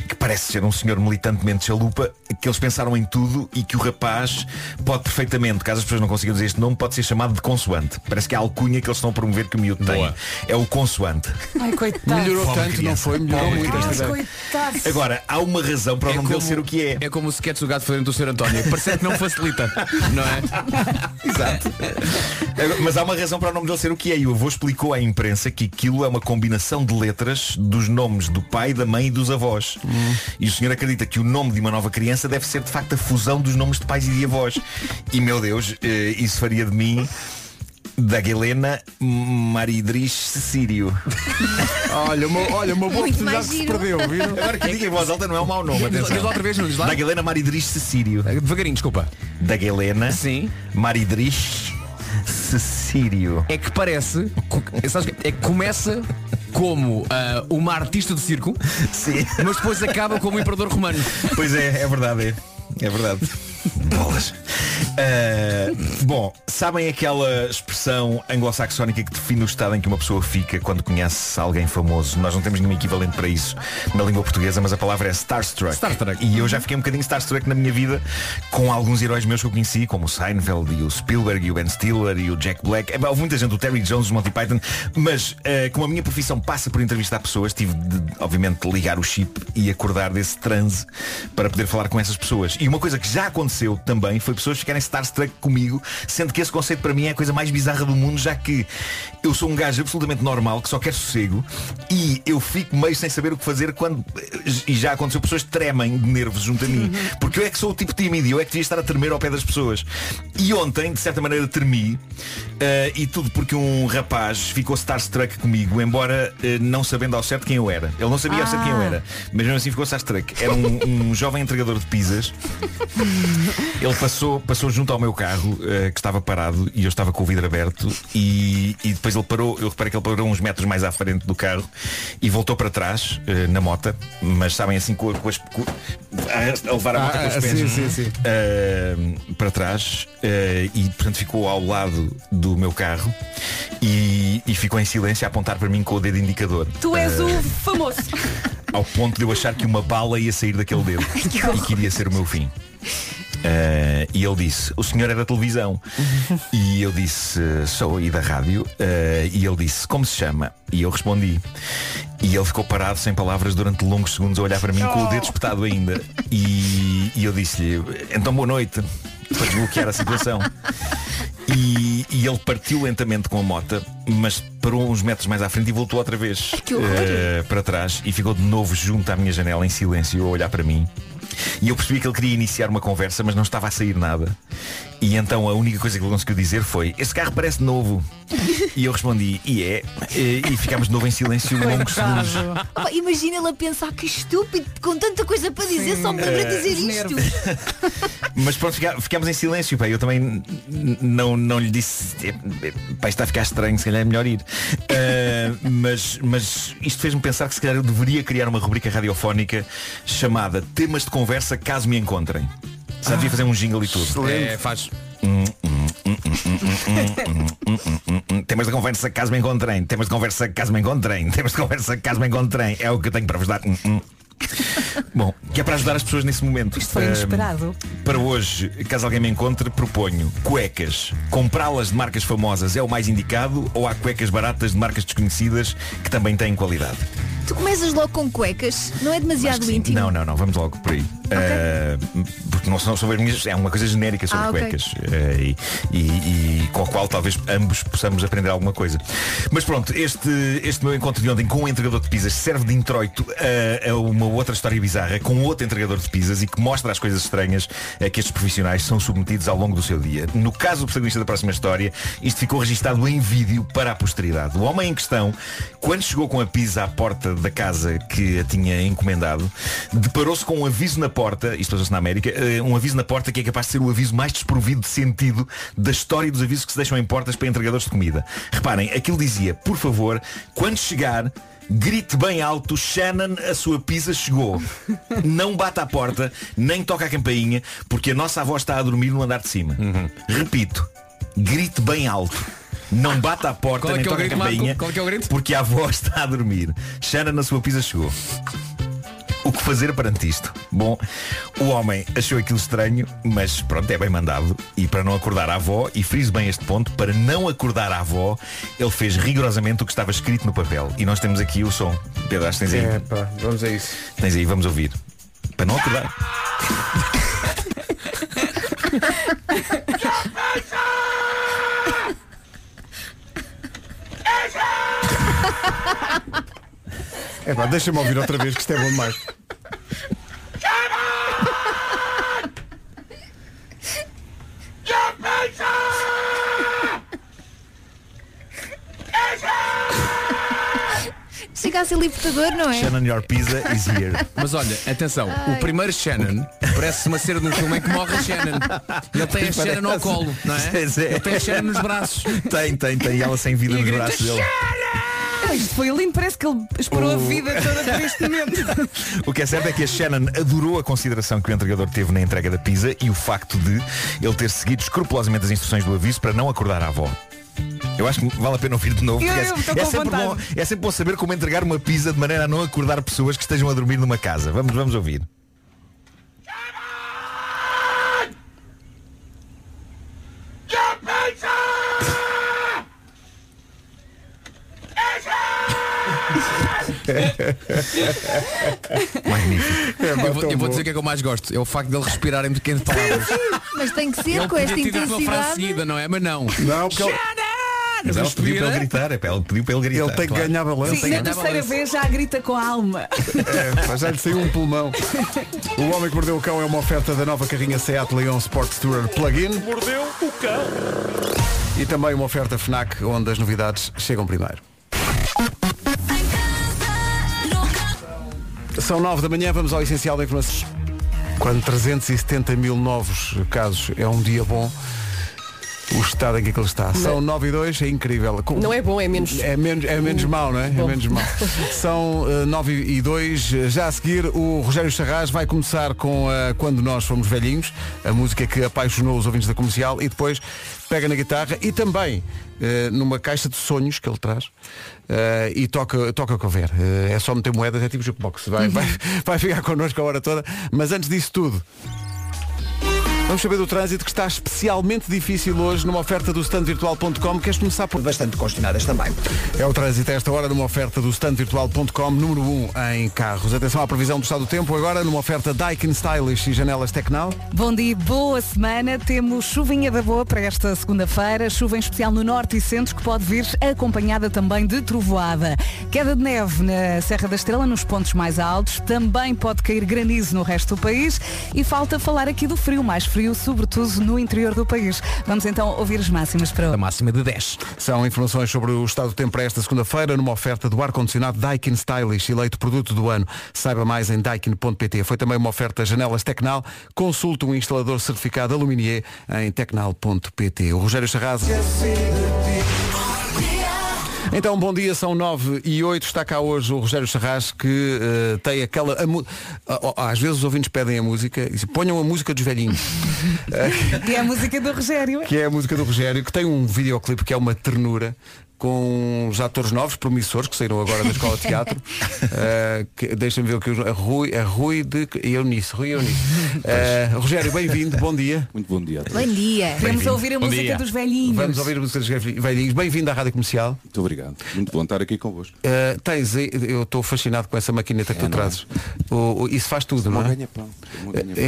Speaker 11: que parece ser um senhor militantemente chalupa, que eles pensaram em tudo e que o rapaz pode perfeitamente, caso as pessoas não consigam dizer este nome, pode ser chamado de consoante. Parece que é a alcunha que eles estão a promover que o miúdo tem. É o consoante.
Speaker 4: Ai, coitado.
Speaker 2: Melhorou
Speaker 11: Pobre
Speaker 2: tanto, não
Speaker 11: criança.
Speaker 2: foi? Melhorou
Speaker 11: Pobre
Speaker 2: muito
Speaker 11: criança.
Speaker 2: esta ideia.
Speaker 4: Ah, Coitado.
Speaker 11: é. Agora, há uma razão para o nome dele ser o que é.
Speaker 7: É como o sketch do gato fazendo do Sr. António. Parece que não facilita, não é?
Speaker 11: Exato. Agora, Mas há uma razão para o nome dele ser o que é. E o avô explicou à imprensa que aquilo é uma combinação de letras dos nomes do pai, da mãe e dos avós. E o senhor acredita que o nome de uma nova criança deve ser de facto a fusão dos nomes de pais e de avós. E meu Deus, eh, isso faria de mim da Helena Maridris Cecírio.
Speaker 2: Olha, uma, olha, uma boa oportunidade
Speaker 11: Muito mais
Speaker 2: que se
Speaker 11: giro.
Speaker 2: perdeu, viu?
Speaker 11: Agora que diga em voz alta não é um mau nome.
Speaker 7: Diz-
Speaker 11: atenção.
Speaker 7: diz lá outra vez, Nuno, diz lá.
Speaker 11: Da Helena Maridris Cecírio.
Speaker 7: É, Devagarinho, desculpa.
Speaker 11: Da Helena Sim. Maridris Cecírio.
Speaker 7: É que parece, co- sabes que- é que começa como ah, uma artista de circo, mas depois acaba como um imperador romano.
Speaker 11: Pois é, é verdade. É, é verdade. Bolas. Ah, bom, sabem aquela expressão anglo-saxónica que define o estado em que uma pessoa fica quando conhece alguém famoso? Nós não temos nenhum equivalente para isso na língua portuguesa, mas a palavra é starstruck. starstruck. E eu já fiquei um bocadinho starstruck na minha vida com alguns heróis meus que eu conheci, como o Seinfeld e o Spielberg e o Ben Stiller e o Jack Black. É, pá, houve muita gente, o Terry Jones, o Monty Python, mas ah, como a minha profissão passa por entrevistar pessoas, tive de, obviamente, ligar o chip e acordar desse transe para poder falar com essas pessoas. E uma coisa que já aconteceu também foi pessoas ficarem starstruck comigo, sendo que esse conceito para mim é a coisa mais bizarra do mundo, já que eu sou um gajo absolutamente normal, que só quer sossego, e eu fico meio sem saber o que fazer quando. E já aconteceu, pessoas tremem de nervos junto a mim. Porque eu é que sou o tipo tímido, e eu é que devia estar a tremer ao pé das pessoas. E ontem, de certa maneira, tremi, eh, e tudo porque um rapaz ficou starstruck comigo, embora eh, não sabendo ao certo quem eu era. Ele não sabia ao certo quem eu
Speaker 15: Ah.
Speaker 11: era. Mas mesmo assim ficou Sastrack. Era um, um jovem entregador de pizzas. Ele passou, passou junto ao meu carro, eh, que estava parado, e eu estava com o vidro aberto, e, e depois ele parou, eu reparei que ele parou uns metros mais à frente do carro e voltou para trás, eh, na mota, mas sabem assim com, a- com as. com- a- a levar a mota
Speaker 2: Ah,
Speaker 11: com os
Speaker 2: ah,
Speaker 11: pés
Speaker 2: sim, sim, sim.
Speaker 11: eh, para trás eh, e portanto ficou ao lado do meu carro e, e ficou em silêncio a apontar para mim com o dedo indicador.
Speaker 16: Tu és o
Speaker 11: Eh,
Speaker 16: famoso.
Speaker 11: ao ponto de eu achar que uma bala ia sair daquele dedo e que iria ser o meu fim. Ah, e ele disse, o senhor é da televisão. E eu disse, "Eh, sou e da rádio. Ah, e ele disse, como se chama? E eu respondi. E ele ficou parado sem palavras durante longos segundos a olhar para mim com o dedo espetado ainda. E, e eu disse-lhe, então boa noite, para desbloquear a situação. E, e ele partiu lentamente com a mota, mas parou uns metros mais à frente e voltou outra vez
Speaker 5: que horror.
Speaker 11: eh, para trás e ficou de novo junto à minha janela em silêncio a olhar para mim. E eu percebi que ele queria iniciar uma conversa, mas não estava a sair nada. E então a única coisa que ele conseguiu dizer foi Esse carro parece novo. E eu respondi, e é. E, e ficámos de novo em silêncio longos segundos.
Speaker 5: Opa, imagina ele a pensar "Ah, que estúpido, com tanta coisa para dizer, só me lembra
Speaker 11: Eh,
Speaker 5: dizer isto.
Speaker 11: Mas pronto, fica- ficámos em silêncio, pá. Eu também n- n- não, não lhe disse "Eh, eh, pá, isto está a ficar estranho, se calhar é melhor ir. Ah, mas, mas isto fez-me pensar que se calhar eu deveria criar uma rubrica radiofónica chamada Temas de Conversa Caso Me Encontrem. Já devia fazer um jingle e tudo.
Speaker 7: excelente. É, faz.
Speaker 11: Temas de conversa caso me encontrem Temas de conversa caso me encontrem Temas de conversa caso me encontrem É o que eu tenho para vos dar Hum, hum. Bom, que é para ajudar as pessoas nesse momento
Speaker 4: Isto foi
Speaker 11: Ahm,
Speaker 4: inesperado.
Speaker 11: Para hoje, caso alguém me encontre Proponho cuecas Comprá-las de marcas famosas é o mais indicado Ou há cuecas baratas de marcas desconhecidas Que também têm qualidade
Speaker 5: Tu começas logo com cuecas, não é demasiado íntimo.
Speaker 11: Não, não, não, vamos logo por aí Ah, Porque não são sobre as minhas É uma coisa genérica sobre
Speaker 5: Ah, ok.
Speaker 11: cuecas Ah, e, e- e com a qual talvez ambos possamos aprender alguma coisa. Mas pronto, este, este meu encontro de ontem com um entregador de pizzas serve de introito a, a uma outra história bizarra com outro entregador de pizzas e que mostra as coisas estranhas a que estes profissionais são submetidos ao longo do seu dia. No caso do protagonista da próxima história, isto ficou registado em vídeo para a posteridade. O homem em questão, quando chegou com a pizza à porta da casa que a tinha encomendado, deparou-se com um aviso na porta, isto passou-se na América, eh, um aviso na porta que é capaz de ser o aviso mais desprovido de sentido da história dos avisos que se deixam em portas para entregadores de comida. Reparem, aquilo dizia, por favor, quando chegar, grite bem alto, Shannon, a sua pizza chegou. Não bata à porta, nem toca a campainha, porque a nossa avó está a dormir no andar de cima.
Speaker 7: Uhum.
Speaker 11: Repito, grite bem alto. Não bata à porta,
Speaker 7: Qual é
Speaker 11: nem
Speaker 7: que é o
Speaker 11: toca a
Speaker 7: grito, Marco?
Speaker 11: campainha,
Speaker 7: Qual é que é o grito?
Speaker 11: porque a avó está a dormir. Shannon, a sua pizza chegou. O que fazer perante isto? Bom, o homem achou aquilo estranho, mas pronto, é bem mandado. E para não acordar a avó, e friso bem este ponto, para não acordar a avó, ele fez rigorosamente o que estava escrito no papel. E nós temos aqui o som. Pedro, acho que tens aí.
Speaker 2: Epá, vamos a isso.
Speaker 11: Tens aí, vamos ouvir. Para não acordar.
Speaker 2: É pá, deixa-me ouvir outra vez que isto é bom demais.
Speaker 5: Chega a ser libertador, não é?
Speaker 7: Shannon, your pizza is here. Mas olha, atenção,
Speaker 5: Ai.
Speaker 7: o primeiro Shannon parece uma cena de um filme em que morre a Shannon. Ele tem a
Speaker 11: Parece.
Speaker 7: Shannon ao colo, não é?
Speaker 11: Pois é.
Speaker 7: Ele tem a Shannon nos braços.
Speaker 11: Tem, tem, tem. E ela sem vida nos
Speaker 7: grita,
Speaker 11: braços dele.
Speaker 4: Ah, Isto foi lindo, parece que ele esperou a
Speaker 11: O-
Speaker 4: vida toda por este momento.
Speaker 11: O que é certo é que a Shannon adorou a consideração que o entregador teve na entrega da pizza e o facto de ele ter seguido escrupulosamente as instruções do aviso para não acordar a avó. Eu acho que vale a pena ouvir de novo.
Speaker 4: Eu-
Speaker 11: porque
Speaker 4: eu estou
Speaker 11: é,
Speaker 4: com
Speaker 11: sempre
Speaker 4: vontade.
Speaker 11: bom, é sempre bom saber como entregar uma pizza de maneira a não acordar pessoas que estejam a dormir numa casa. Vamos, vamos ouvir.
Speaker 2: Magnífico.
Speaker 7: eu vou, eu vou dizer o que é que eu mais gosto. É o facto dele respirar em pequenas palavras.
Speaker 5: Mas tem que ser
Speaker 7: Ele
Speaker 5: com
Speaker 7: podia
Speaker 5: esta
Speaker 7: ter tido aquela frase
Speaker 5: intensidade.
Speaker 7: seguida, não é? Mas não.
Speaker 2: Não, porque ele-
Speaker 11: Mas ela pediu para ele gritar, é pá, ele pediu para ele gritar.
Speaker 2: Ele tem que ganhar balanço.
Speaker 4: Sim, na terceira vez já grita com a alma.
Speaker 2: É, já lhe saiu um pulmão. O Homem que Mordeu o Cão é uma oferta da nova carrinha Seat Leon Sport Tourer Plug-in. Mordeu o Cão. E também uma oferta FNAC, onde as novidades chegam primeiro. São nove da manhã, vamos ao essencial da informação. Quando 370 mil novos casos é um dia bom, o estado em que ele está. São 9 e 2, é incrível. Com-
Speaker 1: Não é bom, é menos.
Speaker 2: É menos, é menos mau, não é? É menos mau. São 9 e 2. Já a seguir, o Rogério Charras vai começar com a Quando Nós Fomos Velhinhos, a música que apaixonou os ouvintes da comercial, e depois pega na guitarra e também eh, numa caixa de sonhos que ele traz eh, e toca, toca com ver. é só meter moedas, é tipo jukebox. Vai,
Speaker 1: Uhum.
Speaker 2: vai, vai ficar connosco a hora toda. Mas antes disso tudo, Vamos saber do trânsito que está especialmente difícil hoje numa oferta do standvirtual.com. Queres começar por
Speaker 3: bastante congestionadas também.
Speaker 2: É o trânsito a esta hora numa oferta do standvirtual.com, número 1 em carros. Atenção à previsão do estado do tempo agora numa oferta Daikin Stylish e janelas Tecnal.
Speaker 4: Bom dia, boa semana. Temos chuvinha da boa para esta segunda-feira. Chuva em especial no norte e centro que pode vir acompanhada também de trovoada. Queda de neve na Serra da Estrela, nos pontos mais altos. Também pode cair granizo no resto do país. E falta falar aqui do frio, mais frio, sobretudo no interior do país. Vamos então ouvir as máximas para hoje.
Speaker 7: Máxima de 10.
Speaker 2: São informações sobre o estado do tempo para esta segunda-feira numa oferta do ar-condicionado Daikin Stylish, eleito produto do ano. Saiba mais em daikin.pt. Foi também uma oferta janelas Tecnal. Consulte um instalador certificado Aluminier em tecnal.pt. O Rogério Charras. Então, bom dia, são 9 e 8. Está cá hoje o Rogério Charras que eh, tem aquela. a mu- a- a- às vezes os ouvintes pedem a música e dizem, ponham a música dos velhinhos.
Speaker 4: E é a música do Rogério.
Speaker 2: que é a música do Rogério, que tem um videoclipe que é uma ternura com os atores novos, promissores, que saíram agora da escola de teatro. Eh, que- Deixa-me ver o que os- a Rui, a Rui de é Eunice. Rui Eunice. Eh, Rogério, bem-vindo, bom dia.
Speaker 15: Muito bom dia.
Speaker 5: Bom dia.
Speaker 4: Vamos ouvir a
Speaker 2: Bom
Speaker 4: música
Speaker 2: dia.
Speaker 4: dos velhinhos.
Speaker 2: Vamos ouvir a música dos velhinhos. Bem-vindo à Rádio Comercial.
Speaker 15: Muito obrigado. Muito bom estar aqui convosco.
Speaker 2: Eh, tens, aí- eu estou fascinado com essa maquineta que tu trazes. O- o- isso faz tudo, não é?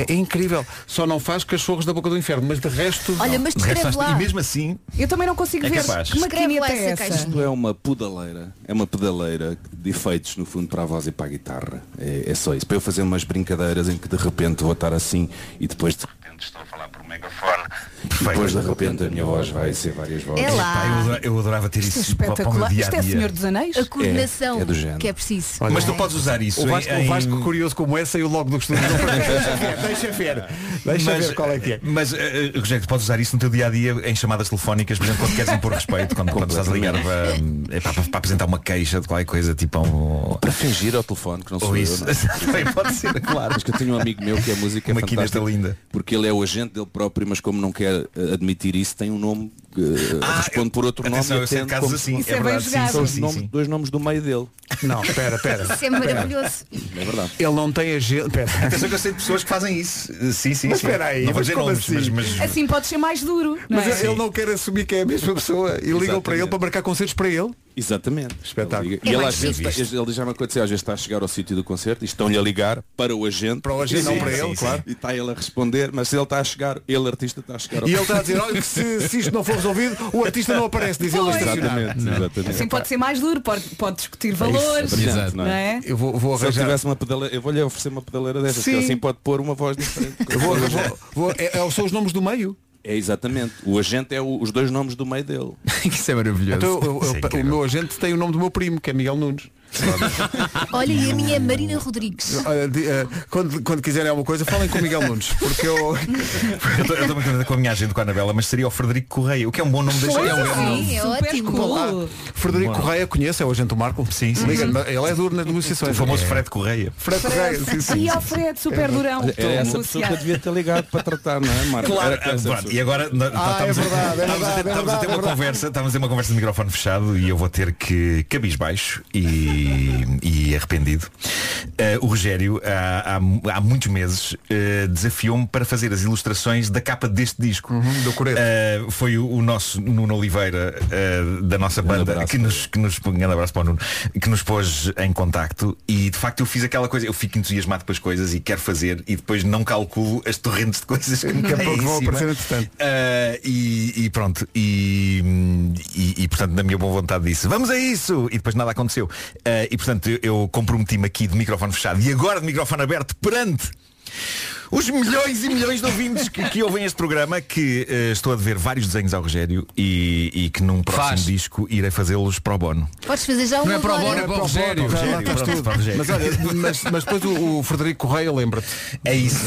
Speaker 2: É, é incrível. Só não faz cachorros da boca do inferno, mas de resto.
Speaker 5: Olha, mas De resto, descreve lá. e mesmo
Speaker 11: assim.
Speaker 4: Eu também não consigo
Speaker 15: É
Speaker 4: ver
Speaker 15: capaz.
Speaker 4: que maquineta
Speaker 5: Escreve lá
Speaker 4: é essa.
Speaker 5: essa
Speaker 15: Isto é uma pedaleira, é uma pedaleira de efeitos no fundo para a voz e para a guitarra. É, é só isso. Para eu fazer umas brincadeiras em que de repente vou estar assim e depois de repente estou a falar por um megafone. E depois de repente a minha voz vai ser várias vozes.
Speaker 5: É lá. Epá, eu adora-
Speaker 11: eu adorava ter
Speaker 4: Isto é espetacular. Isto é Senhor dos Anéis?
Speaker 5: A coordenação
Speaker 11: é do género.
Speaker 5: que é preciso.
Speaker 11: Mas tu podes usar isso.
Speaker 2: O Vasco,
Speaker 11: em-
Speaker 2: o Vasco, curioso como é, saiu logo do costume. deixa ver, deixa ver. Deixa ver qual é que é.
Speaker 11: Mas, eh, eh, Rogério, tu podes usar isso no teu dia a dia em chamadas telefónicas, por exemplo, quando queres impor respeito, quando, quando estás a ligar para, eh, para, para apresentar uma queixa de qualquer coisa, tipo a um.
Speaker 15: Para fingir ao telefone que não sou
Speaker 11: Ou
Speaker 15: eu,
Speaker 11: isso.
Speaker 15: não é?
Speaker 11: Bem, pode ser, claro.
Speaker 15: Mas que eu tenho um amigo meu que é música
Speaker 11: Uma quinesta
Speaker 15: fantástica,
Speaker 11: linda.
Speaker 15: Porque ele é o agente dele próprio, mas como não quer eh, admitir isso, tem um nome que eh, responde por outro
Speaker 11: atenção,
Speaker 15: nome.
Speaker 11: eu sei de casos assim, Isso é é bem verdade, sim, jogado.
Speaker 15: São os
Speaker 11: sim, sim,
Speaker 15: nomes-
Speaker 11: sim.
Speaker 15: dois nomes do meio dele.
Speaker 2: Não, pera, pera.
Speaker 5: Isso é maravilhoso.
Speaker 15: É verdade.
Speaker 2: Ele não tem agenda. Pera.
Speaker 11: Atenção que eu sei de pessoas que fazem isso. Eh, Sim, sim,
Speaker 2: Mas
Speaker 11: sim.
Speaker 2: espera aí,
Speaker 11: não vou
Speaker 2: mas
Speaker 11: dizer
Speaker 2: como
Speaker 11: nomes,
Speaker 2: assim?
Speaker 11: mas, mas
Speaker 4: Assim pode ser mais duro. não é?
Speaker 2: Mas ele não quer assumir que é a mesma pessoa e ligam para ele para marcar concertos para ele.
Speaker 15: Exatamente. Espetáculo.
Speaker 2: É
Speaker 15: e ele,
Speaker 2: mais
Speaker 15: às vezes,
Speaker 2: chique.
Speaker 15: está- ele já me aconteceu, às vezes está a chegar ao sítio do concerto e estão-lhe a ligar para o agente. Para
Speaker 2: o agente, não para ele, claro.
Speaker 15: E está ele a responder, mas se ele está a chegar, ele artista está a chegar ao
Speaker 2: E ele está a dizer, olha, que se, se isto não for ficou resolvido, o artista não aparece, diz ele no
Speaker 4: Pois.
Speaker 2: estacionário.
Speaker 15: Exatamente, exatamente.
Speaker 4: Assim pode ser mais duro, pode, pode discutir
Speaker 15: É isso,
Speaker 4: valores.
Speaker 15: é brilhante, não
Speaker 4: não
Speaker 15: é?
Speaker 4: é?
Speaker 2: Eu vou, vou
Speaker 15: Se ele
Speaker 2: arranjar-
Speaker 15: tivesse uma pedaleira, eu vou-lhe oferecer uma pedaleira dessas,
Speaker 2: Sim.
Speaker 15: que assim pode pôr uma voz diferente.
Speaker 2: Eu vou- eu vou- vou- é- é- são os nomes do meio.
Speaker 15: É exatamente. O agente é o- os dois nomes do meio dele.
Speaker 7: Isso é maravilhoso.
Speaker 2: Então, eu- eu- o meu agente tem o nome do meu primo, que é Miguel Nunes.
Speaker 5: Olha, e a minha é Marina Rodrigues.
Speaker 2: Olha, di- eh, quando, quando quiserem alguma coisa, falem com o Miguel Nunes, porque eu.
Speaker 11: Eu tô- Eu estou muito contente com a minha agenda com a Anabela, mas seria o Frederico Correia, o que é um bom nome da
Speaker 2: Pois
Speaker 11: gente.
Speaker 2: é,
Speaker 5: Sim, é ótimo.
Speaker 2: tá, Frederico Correia conhece, é o agente do Marco. Sim,
Speaker 11: sim,
Speaker 2: Liga,
Speaker 11: sim.
Speaker 2: Ele é duro nas negociações.
Speaker 11: O famoso
Speaker 2: É.
Speaker 11: Fred Correia.
Speaker 2: Fred Correia, sim, sim.
Speaker 4: E ao Fred, super durão.
Speaker 15: Olha, Era essa pessoa que eu devia ter ligado para tratar, não é, Marco?
Speaker 11: Claro,
Speaker 15: Era com essa
Speaker 11: ah, pronto,
Speaker 15: pessoa.
Speaker 11: e agora nós- estamos, a- estamos a, ter- estamos a ter uma conversa, estamos a ter uma conversa de microfone fechado e eu vou ter que cabisbaixo e, e arrependido. Eh, o Rogério há, há- há muitos meses eh, desafiou-me para fazer as ilustrações da capa deste disco. Eh,
Speaker 2: do
Speaker 11: foi o, o nosso Nuno Oliveira eh, da nossa banda que nos que nos um grande abraço para o Nuno, que nos pôs em contacto e de facto eu fiz aquela coisa, eu fico entusiasmado com as coisas e quero fazer e depois não calculo as torrentes de coisas que me
Speaker 2: Daqui a
Speaker 11: caem
Speaker 2: pouco
Speaker 11: em
Speaker 2: vão
Speaker 11: cima.
Speaker 2: aparecer entretanto.
Speaker 11: Ah, e, e pronto, e, e, e, portanto na minha boa vontade disse Vamos a isso! E depois nada aconteceu Ah, E portanto eu, eu comprometi-me aqui de microfone fechado E agora de microfone aberto perante os milhões e milhões de ouvintes que, que ouvem este programa Que ah, estou a dever vários desenhos ao Rogério E, e que num próximo
Speaker 7: Faz.
Speaker 11: disco irei fazê-los pro bono
Speaker 5: Podes fazer já um
Speaker 7: Não é para o
Speaker 5: agora.
Speaker 7: Bono, é para o Rogério.
Speaker 11: Para o Rogério,
Speaker 2: Tens
Speaker 11: pronto,
Speaker 2: tudo.
Speaker 11: para o Rogério.
Speaker 2: Mas olha, mas, mas depois o, o Frederico Correia lembra-te.
Speaker 11: É isso.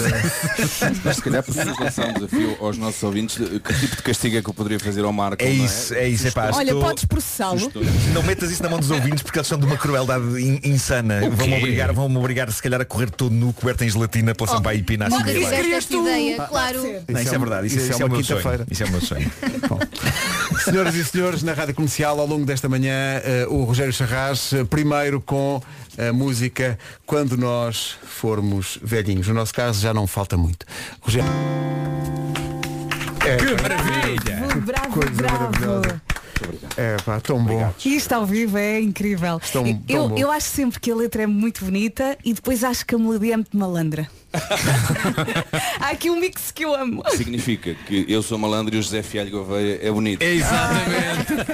Speaker 15: Mas se calhar precisamos lançar um desafio aos nossos ouvintes. de- Que tipo de castigo é que eu poderia fazer ao Marco?
Speaker 11: É
Speaker 15: não
Speaker 11: isso, é isso, é pá,
Speaker 4: Olha,
Speaker 11: estou-
Speaker 4: podes processá-lo.
Speaker 11: Não metas isso na mão dos ouvintes porque eles são de uma crueldade in- insana.
Speaker 7: O
Speaker 11: Vão-me
Speaker 7: quê?
Speaker 11: obrigar, vão obrigar se calhar a correr todo nu, coberto em gelatina pela Sampaio e Pina assim
Speaker 5: Nunca
Speaker 11: meio abaixo.
Speaker 5: tiveste esta ideia, claro.
Speaker 11: Não, isso é verdade, isso, isso é, o
Speaker 2: uma
Speaker 11: meu sonho.
Speaker 2: quinta-feira.
Speaker 11: Isso é o meu sonho.
Speaker 2: Senhoras e senhores, na Rádio Comercial, ao longo desta manhã, eh, o Rogério Charras, eh, primeiro com a música Quando Nós Formos Velhinhos. No nosso caso, já não falta muito. Rogério. É,
Speaker 7: Que
Speaker 2: pá,
Speaker 7: maravilha!
Speaker 4: Bravo,
Speaker 2: Coisa
Speaker 4: bravo.
Speaker 2: maravilhosa. É pá, tão bom.
Speaker 4: Isto ao vivo é incrível.
Speaker 2: Estão tão
Speaker 4: eu,
Speaker 2: bom.
Speaker 4: eu acho sempre que a letra é muito bonita e depois acho que a melodia é muito malandra. Há aqui um mix que eu amo.
Speaker 15: Significa que eu sou malandro e o José Fialho Gouveia é bonito.
Speaker 7: Exatamente.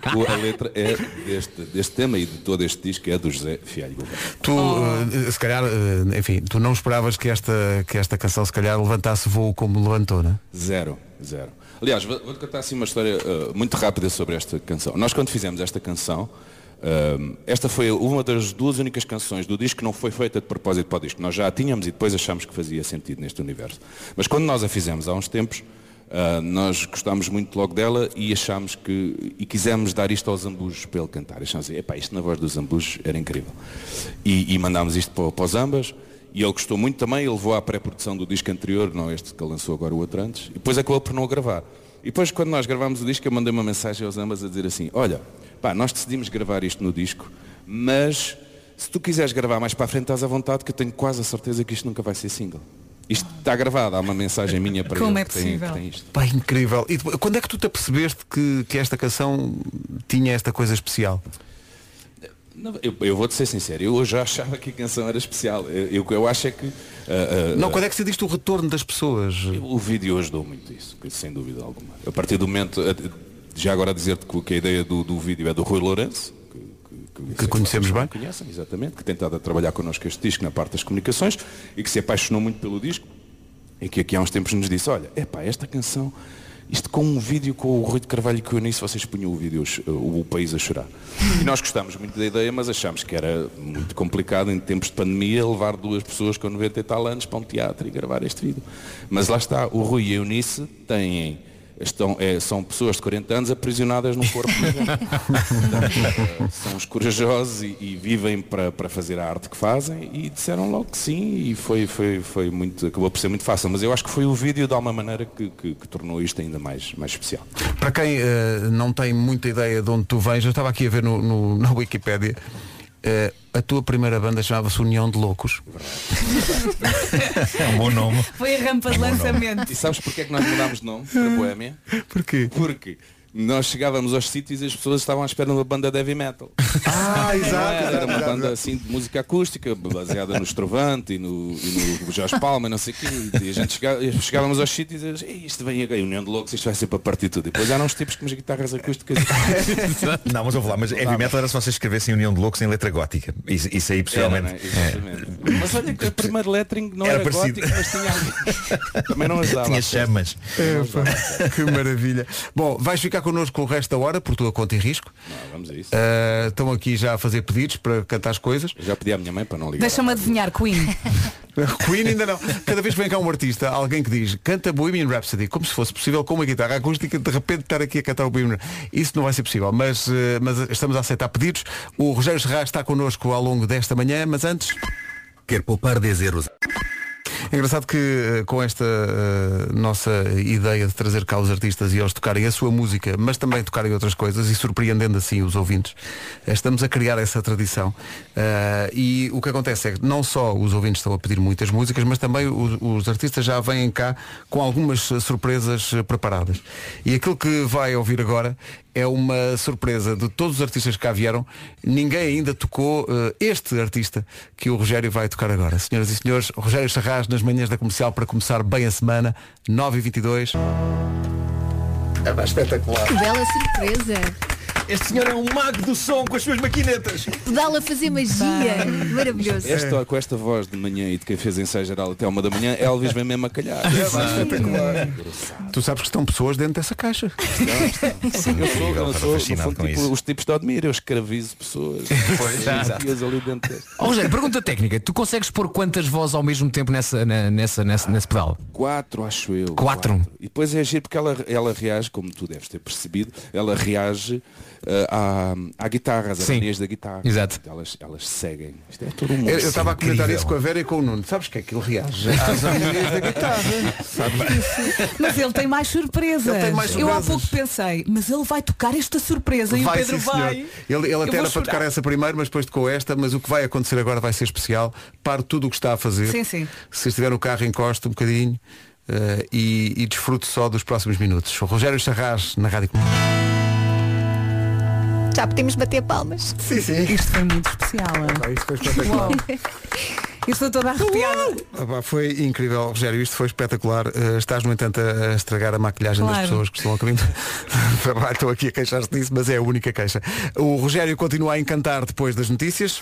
Speaker 15: O- A letra é deste, deste tema e de todo este disco é do José Fialho Gouveia.
Speaker 2: Tu,
Speaker 4: Oh.
Speaker 2: eh, se calhar, eh, enfim, tu não esperavas que esta, que esta canção, se calhar, levantasse voo como levantou, não é?
Speaker 15: Zero, zero. Aliás, vou- vou-te contar assim uma história uh, muito rápida sobre esta canção. Nós quando fizemos esta canção, um, esta foi uma das duas únicas canções do disco que não foi feita de propósito para o disco. Nós já a tínhamos e depois achámos que fazia sentido neste universo. Mas quando nós a fizemos há uns tempos, uh, nós gostámos muito logo dela e achámos que. e quisemos dar isto aos Zambujos para ele cantar. Achámos assim, epá, isto na voz dos Zambujos era incrível. E, e mandámos isto para, o- para os Ambas. E ele gostou muito também, ele levou à pré-produção do disco anterior, não este que ele lançou agora o outro antes, e depois acabou por não o gravar. E depois quando nós gravámos o disco, eu mandei uma mensagem aos ambas a dizer assim, olha, pá, nós decidimos gravar isto no disco, mas se tu quiseres gravar mais para a frente estás à vontade que eu tenho quase a certeza que isto nunca vai ser single. Isto está gravado, há uma mensagem minha para
Speaker 4: Como
Speaker 15: ele
Speaker 4: é
Speaker 15: que, tem, que
Speaker 4: possível?
Speaker 15: tem isto.
Speaker 2: Pá, incrível. E depois, quando é que tu te apercebeste que, que esta canção tinha esta coisa especial?
Speaker 15: Não, Eu, eu vou-te ser sincero, eu hoje já achava que a canção era especial. Eu- eu- O que eu acho é que ah, ah,
Speaker 2: Não, quando é que se diz o retorno das pessoas?
Speaker 15: O vídeo hoje dou muito isso, que sem dúvida alguma. A partir do momento, eh, já agora dizer-te que o- que a ideia do, do vídeo é do Rui Lourenço, que, que- é que-
Speaker 2: Que conhecemos bem.
Speaker 15: Conhecem, exatamente, que tem estado a trabalhar connosco este disco na parte das comunicações e que se apaixonou muito pelo disco e que aqui há uns tempos nos disse, olha, epá, esta canção, isto com um vídeo com o Rui de Carvalho que eu nisso, vocês punham o vídeo, eh, o, o país a chorar. E nós gostámos muito da ideia, mas achámos que era muito complicado em tempos de pandemia levar duas pessoas com 90 e tal anos para um teatro e gravar este vídeo. Mas lá está, o Rui e a Eunice têm, estão, eh, são pessoas de 40 anos aprisionadas num corpo de ninguém. Eh, são os corajosos e, e vivem para, para fazer a arte que fazem e disseram logo que sim e foi, foi, foi muito, acabou por ser muito fácil, mas eu acho que foi o vídeo de alguma maneira que, que, que tornou isto ainda mais, mais especial.
Speaker 2: Para quem eh, não tem muita ideia de onde tu vens, eu estava aqui a ver no, no- na Wikipédia. eh, a tua primeira banda chamava-se União de Loucos.
Speaker 11: É um bom nome.
Speaker 4: Foi a rampa de lançamento.
Speaker 15: E sabes porque é que nós mudámos de nome para Boémia?
Speaker 2: Porquê?
Speaker 15: Porque Nós chegávamos aos sítios e as pessoas estavam à espera de uma banda de heavy metal.
Speaker 2: Ah,
Speaker 15: Não é? Era, era uma banda assim de música acústica, baseada no Estrovante e no, e no Jorge Palma e não sei o quê. E a gente chegava, e chegávamos aos sítios e dizíamos, "Ei, isto vem a União de Loucos, isto vai ser para partir tudo. E depois eram uns tipos com umas guitarras acústicas.
Speaker 16: Não, mas ouve lá, mas heavy metal era se vocês escrevessem União de Loucos em letra gótica. Isso, isso aí possivelmente.
Speaker 15: Era, não é? Exatamente. Mas olha que o primeiro lettering não
Speaker 16: Era
Speaker 15: era,
Speaker 16: parecido.
Speaker 15: gótico, mas tinha algo. Também não ajudava.
Speaker 16: Tinha chamas.
Speaker 2: É, pá, que maravilha. Bom, vais ficar connosco o resto da hora por tua conta e risco.
Speaker 15: vamos a isso.
Speaker 2: Ah, estão aqui já a fazer pedidos para cantar as coisas.
Speaker 15: Já pedi à minha mãe para não ligar.
Speaker 4: Deixa-me adivinhar, Queen.
Speaker 2: Queen ainda não. Cada vez que vem cá um artista, alguém que diz canta Bohemian Rhapsody, como se fosse possível com uma guitarra acústica, de repente estar aqui a cantar o Bohemian Rhapsody. Isso não vai ser possível, mas, eh, mas estamos a aceitar pedidos. O Rogério Serra está connosco ao longo desta manhã, mas antes...
Speaker 8: Quer poupar 10 euros.
Speaker 2: É engraçado que eh, com esta eh, nossa ideia de trazer cá os artistas e eles tocarem a sua música, mas também tocarem outras coisas e surpreendendo assim os ouvintes, eh, estamos a criar essa tradição. Eh, e o que acontece é que não só os ouvintes estão a pedir muitas músicas, mas também os, os artistas já vêm cá com algumas eh, surpresas eh, preparadas. E aquilo que vai ouvir agora é uma surpresa de todos os artistas que cá vieram. Ninguém ainda tocou eh, este artista que o Rogério vai tocar agora. Senhoras e senhores, Rogério Sarraz nas manhãs da comercial para começar bem a semana, 9h22. É pá, espetacular.
Speaker 5: Que bela surpresa.
Speaker 11: Este senhor é um mago do som com as suas maquinetas.
Speaker 5: Pedala a fazer magia. Maravilhoso.
Speaker 15: Esta, com esta voz de manhã e de quem fez ensaio geral até uma da manhã, Elvis vem mesmo a calhar.
Speaker 2: Tu sabes que estão pessoas dentro dessa caixa.
Speaker 15: Eu sou,
Speaker 2: Incrível,
Speaker 15: eu
Speaker 2: estava
Speaker 15: sou no
Speaker 2: fascinado
Speaker 15: fundo,
Speaker 2: com
Speaker 15: tipo,
Speaker 2: isso.
Speaker 15: os tipos de Odmir, eu escravizo pessoas.
Speaker 7: Pois,
Speaker 15: Sim,
Speaker 7: exato.
Speaker 15: dias ali dentro. deste.
Speaker 7: Ó, Oh, Rogério, pergunta técnica, tu consegues pôr quantas vozes ao mesmo tempo nessa, na- nessa, nessa, nesse pedal?
Speaker 15: Quatro, acho eu.
Speaker 7: Quatro.
Speaker 15: E depois é agir porque ela, ela reage, como tu deves ter percebido, ela reage eh, à, à guitarra, às
Speaker 7: Sim.
Speaker 15: harmonias da guitarra.
Speaker 7: Exato.
Speaker 15: Elas, elas seguem. Isto é todo um mundo.
Speaker 2: Eu eu estava a comentar isso com a Vera e com o Nuno. Sabes que é que ele reage às harmonias da guitarra? Sabes disso?
Speaker 4: Mas ele tem mais surpresas.
Speaker 2: Ele tem mais
Speaker 4: Eu há
Speaker 2: surpresas.
Speaker 4: pouco pensei, mas ele vai tocar esta surpresa e o
Speaker 2: Vai,
Speaker 4: Pedro
Speaker 2: sim, senhor.
Speaker 4: vai.
Speaker 2: Ele, ele
Speaker 4: Eu
Speaker 2: até
Speaker 4: vou
Speaker 2: era para tocar
Speaker 4: chorar.
Speaker 2: essa primeiro, mas depois tocou esta, mas o que vai acontecer agora vai ser especial. Pare tudo o que está a fazer.
Speaker 4: Sim, sim.
Speaker 2: Se estiver no carro, encoste um bocadinho eh, e, e desfrute só dos próximos minutos. O Rogério Charras na Rádio Comercial.
Speaker 17: Já podemos bater palmas.
Speaker 2: Sim, sim. É
Speaker 4: Isto foi muito especial.
Speaker 2: hein? Isto foi
Speaker 4: Uau. Eu Estou toda arrepiada.
Speaker 2: Ah pá, foi incrível, Rogério, isto foi espetacular. Eh, estás, no entanto, a, a estragar a maquilhagem das
Speaker 4: Claro.
Speaker 2: pessoas que estão a caminho do trabalho. Estou aqui a queixar-se disso, mas é a única queixa. O Rogério continua a encantar depois das notícias.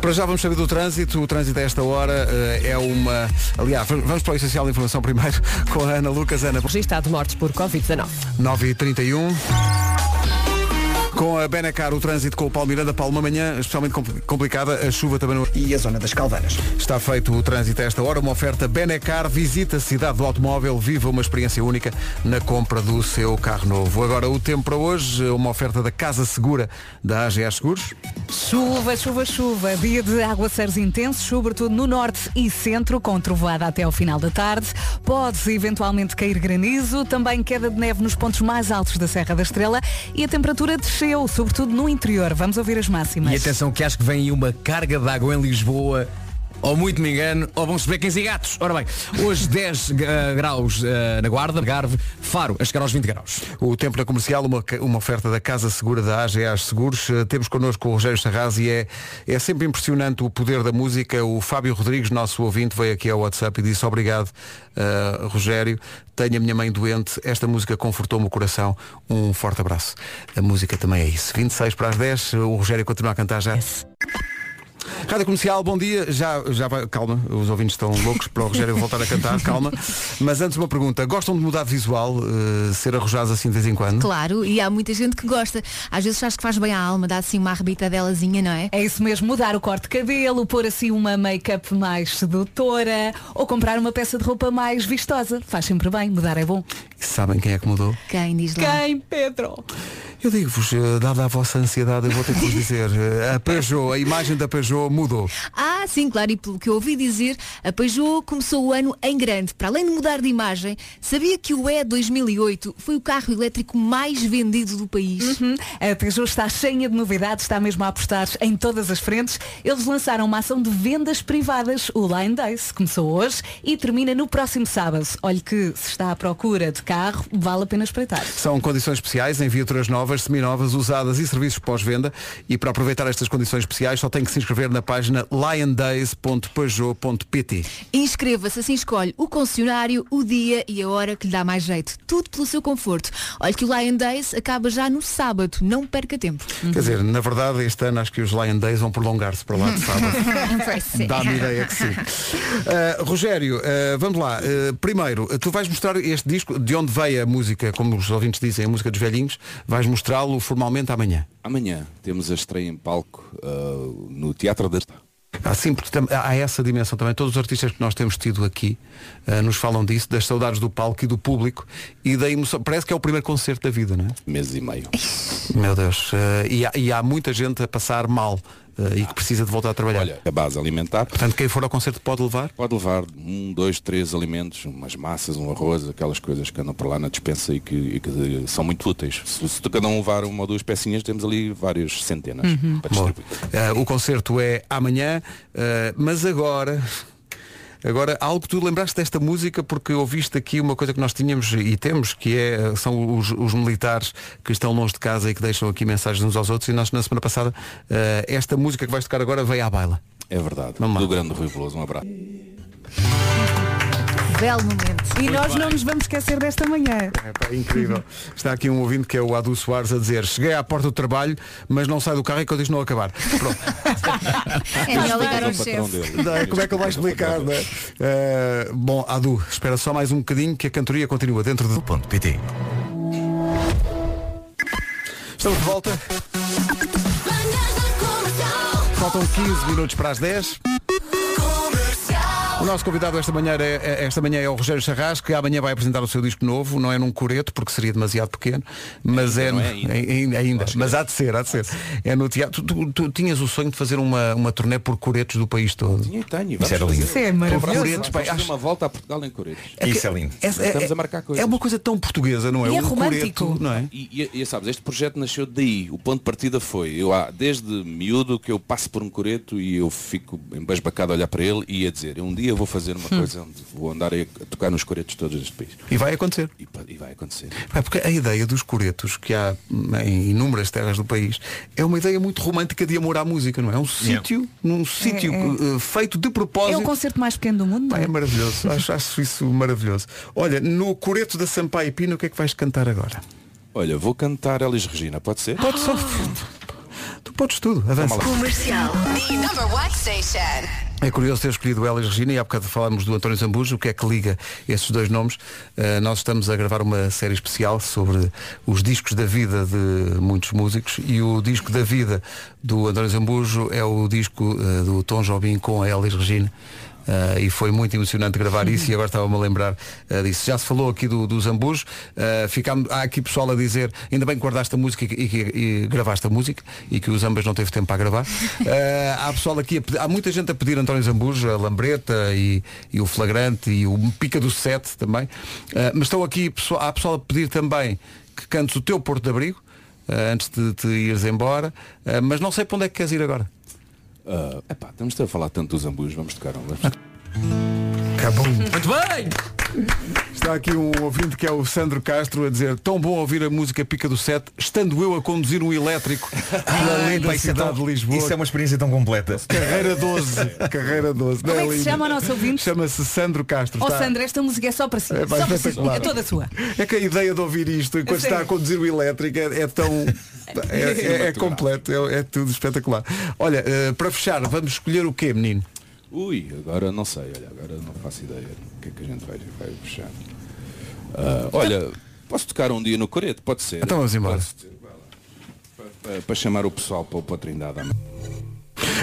Speaker 2: Para já vamos saber do trânsito. O trânsito a esta hora eh, é uma. Aliás, v- vamos para o essencial da informação primeiro com a Ana Lucas. Ana.
Speaker 1: Registado mortes por Covid-19.
Speaker 2: 9h31. Com a Benacar, o trânsito com o Paulo Miranda. Paulo, uma manhã especialmente compl- complicada, a chuva também não...
Speaker 3: E a zona das Calvanas.
Speaker 2: Está feito o trânsito a esta hora, uma oferta Benacar. Visita a cidade do automóvel, viva uma experiência única na compra do seu carro novo. Agora, o tempo para hoje, uma oferta da Casa Segura da AGA Seguros.
Speaker 4: Chuva, chuva, chuva. Dia de aguaceiros intensos, sobretudo no norte e centro, com trovoada até ao final da tarde. Pode eventualmente cair granizo, também queda de neve nos pontos mais altos da Serra da Estrela e a temperatura desceu, sobretudo no interior. Vamos ouvir as máximas.
Speaker 7: E atenção que acho que vem aí uma carga de água em Lisboa. Ou muito me engano, ou vão-se ver cães e gatos. Ora bem, hoje 10 eh, graus eh, na Guarda, Garve, Faro, a chegar aos 20 graus.
Speaker 2: O tempo na comercial, uma, ca- uma oferta da Casa Segura da AGA Seguros. Eh, Temos connosco o Rogério Sarraz e é, é sempre impressionante o poder da música. O Fábio Rodrigues, nosso ouvinte, veio aqui ao WhatsApp e disse obrigado, eh, Rogério. Tenho a minha mãe doente. Esta música confortou-me o coração. Um forte abraço. A música também é isso. 26 para as 10. O Rogério continua a cantar já. Rádio Comercial, bom dia. Já, já vai, calma, os ouvintes estão loucos para o Rogério voltar a cantar, calma. Mas antes uma pergunta, gostam de mudar de visual, eh, ser arrojados assim de vez em quando?
Speaker 5: Claro, e há muita gente que gosta. Às vezes acho que faz bem à alma, dá assim uma arrebitadelazinha, não é?
Speaker 4: É isso mesmo, mudar o corte de cabelo, pôr assim uma make-up mais sedutora ou comprar uma peça de roupa mais vistosa. Faz sempre bem, mudar é bom.
Speaker 2: Sabem quem é que mudou?
Speaker 5: Quem diz
Speaker 4: lá? Quem, Pedro?
Speaker 2: Eu digo-vos, eh, dada a vossa ansiedade, eu vou ter que vos dizer, eh, a Peugeot, a imagem da Peugeot mudou.
Speaker 5: Ah, sim, claro, e pelo que eu ouvi dizer, a Peugeot começou o ano em grande. Para além de mudar de imagem, sabia que o E 2008 foi o carro elétrico mais vendido do país?
Speaker 4: Hum, A Peugeot está cheia de novidades, está mesmo a apostar em todas as frentes. Eles lançaram uma ação de vendas privadas, o Line Days. Começou hoje e termina no próximo sábado. Olhe que se está à procura de carro, vale a pena espreitar.
Speaker 2: São condições especiais em viaturas novas, seminovas, usadas e serviços pós-venda. E para aproveitar estas condições especiais, só tem que se inscrever na página liondays.peugeot.pt.
Speaker 5: Inscreva-se, assim escolhe o concessionário, o dia e a hora que lhe dá mais jeito. Tudo pelo seu conforto. Olha que o Lion Days acaba já no sábado, não perca tempo.
Speaker 2: Quer dizer, na verdade, este ano acho que os Lion Days vão prolongar-se para lá de sábado.
Speaker 5: Pois sim.
Speaker 2: Dá-me ideia que sim. Uh, Rogério, uh, vamos lá. Uh, primeiro, uh, tu vais mostrar este disco, de onde veio a música, como os ouvintes dizem, a música dos velhinhos, vais mostrá-lo formalmente amanhã.
Speaker 15: Amanhã temos a estreia em palco ah, no Teatro da
Speaker 2: Assim, porque tam- há essa dimensão também. Todos os artistas que nós temos tido aqui uh, nos falam disso, das saudades do palco e do público e da emoção. Parece que é o primeiro concerto da vida, não é?
Speaker 15: Mês e meio.
Speaker 2: Meu Deus. uh, e, há, e há muita gente a passar mal uh, e que precisa de voltar a trabalhar.
Speaker 15: A base alimentar.
Speaker 2: Portanto, quem for ao concerto pode levar?
Speaker 15: Pode levar um, dois, três alimentos, umas massas, um arroz, aquelas coisas que andam por lá na dispensa e que, e que são muito úteis. Se, se cada um levar uma ou duas pecinhas, temos ali várias centenas
Speaker 2: Uhum.
Speaker 15: para
Speaker 2: Bom,
Speaker 15: distribuir.
Speaker 2: eh, o concerto é amanhã, eh, mas agora. Agora, algo que tu lembraste desta música porque ouviste aqui uma coisa que nós tínhamos e temos, que é, eh, são os, os militares que estão longe de casa e que deixam aqui mensagens uns aos outros e nós na semana passada, eh, esta música que vais tocar agora veio à baila.
Speaker 15: É verdade. Do grande Rui Veloso, um abraço.
Speaker 5: É
Speaker 4: Belo momento. E
Speaker 2: Muito
Speaker 4: nós
Speaker 2: bem.
Speaker 4: não nos vamos esquecer desta manhã.
Speaker 2: É, pá, incrível. Está aqui um ouvinte que é o Adu Soares a dizer, cheguei à porta do trabalho, mas não sai do carro e que eu deixo não acabar. Pronto.
Speaker 5: É melhor ligar ao
Speaker 2: Mas
Speaker 5: chefe.
Speaker 2: Não é? Como é que ele vai explicar? não é? Eh, bom, Adu, espera só mais um bocadinho que a cantoria continua dentro do ponto PT. Estamos de volta. Faltam 15 minutos para as 10. O nosso convidado esta manhã é, é- esta manhã é o Rogério Charras, que amanhã vai apresentar o seu disco novo, não é num coreto, porque seria demasiado pequeno, mas é,
Speaker 15: não é
Speaker 2: no-
Speaker 15: ainda.
Speaker 2: ainda, ainda. mas há de ser, há de ser. É no teatro. Tu, tu- tu tinhas o sonho de fazer uma, uma turnê por coretos do país todo.
Speaker 15: Tinha e tenho.
Speaker 2: Isso era lindo. Isso é maravilhoso.
Speaker 15: Coretos, pai,
Speaker 2: Vamos fazer
Speaker 15: acho... uma volta a Portugal em Coretos.
Speaker 2: Isso é
Speaker 15: lindo.
Speaker 2: Essa-
Speaker 15: Estamos a marcar coisas.
Speaker 2: é uma coisa tão portuguesa, não é? um coreto, não é?
Speaker 15: E, e- e, sabes, este projeto nasceu daí. O ponto de partida foi, eu há- desde miúdo que eu passo por um coreto e eu fico embasbacado a olhar para ele e a dizer, um dia eu vou fazer uma
Speaker 2: Hum.
Speaker 15: coisa onde vou andar a, a tocar nos coretos todos deste país.
Speaker 2: E vai acontecer.
Speaker 15: E, pa- e vai acontecer.
Speaker 2: É porque a ideia dos coretos que há hum, em inúmeras terras do país é uma ideia muito romântica de amor à música, não é? É um sítio, num sítio
Speaker 4: é.
Speaker 2: eh, feito de
Speaker 4: É
Speaker 2: propósito.
Speaker 4: o concerto mais pequeno do mundo, não
Speaker 2: Pá,
Speaker 4: é?
Speaker 2: é maravilhoso, acho, acho isso maravilhoso. Olha, no coreto da Sampaio e Pina, o que é que vais cantar agora?
Speaker 15: Olha, vou cantar Elis Regina, pode ser?
Speaker 2: Pode só. Tu podes tudo, avança.
Speaker 13: Comercial. The number one station.
Speaker 2: É curioso ter escolhido Elis Regina e há bocado falámos do António Zambujo, o que é que liga esses dois nomes. Uh, nós estamos a gravar uma série especial sobre os discos da vida de muitos músicos e o disco da vida do António Zambujo é o disco uh, do Tom Jobim com a Elis Regina. Uh, e foi muito emocionante gravar isso e agora estava-me a lembrar uh, disso. Já se falou aqui do, do Zambujo, uh, ficámos- há aqui pessoal a dizer, ainda bem que guardaste a música e, que- e que- e gravaste a música e que o Zambas não teve tempo para gravar. Uh, há pessoal aqui, a pedir- há muita gente a pedir António Zambujo, a Lambreta e, e o Flagrante e o Pica do Sete também. Uh, mas estão aqui, pessoal- há pessoal a pedir também que cantes o teu Porto de Abrigo uh, antes de te ires embora, Uh, mas não sei para onde é que queres ir agora.
Speaker 15: Ah, epá, estamos a falar tanto dos ambus, vamos tocar um. vamos-
Speaker 2: Acabou. Muito bem! Está aqui um ouvinte que é o Sandro Castro a dizer tão bom ouvir a música Pica do Sete, estando eu a conduzir um elétrico
Speaker 16: Ai,
Speaker 2: além da
Speaker 16: pá, isso é
Speaker 2: cidade
Speaker 16: tão-
Speaker 2: de Lisboa.
Speaker 16: isso é uma experiência tão completa.
Speaker 2: Carreira 12. Carreira 12.
Speaker 4: Como é que se
Speaker 2: lindo.
Speaker 4: chama o nosso ouvinte? Oh,
Speaker 2: Chama-se Sandro Castro.
Speaker 4: Ó
Speaker 2: Está-
Speaker 4: Sandra, esta música é só para si.
Speaker 2: É, pá,
Speaker 4: só para si.
Speaker 2: espetacular.
Speaker 4: É toda sua.
Speaker 2: É que a ideia de ouvir isto enquanto
Speaker 4: Sim.
Speaker 2: está a conduzir o elétrico é, é tão. É, é- é completo, é, é tudo espetacular. Olha, eh, para fechar, vamos escolher o quê, menino?
Speaker 15: Ui, agora não sei, olha, agora não faço ideia do que é que a gente vai, vai puxar. Ah, olha, posso tocar um dia no Coreto, pode ser.
Speaker 2: Então vamos embora.
Speaker 15: Posso- vai lá. Pa- pa- Para, chamar o pessoal para, o- para a Trindade amanhã.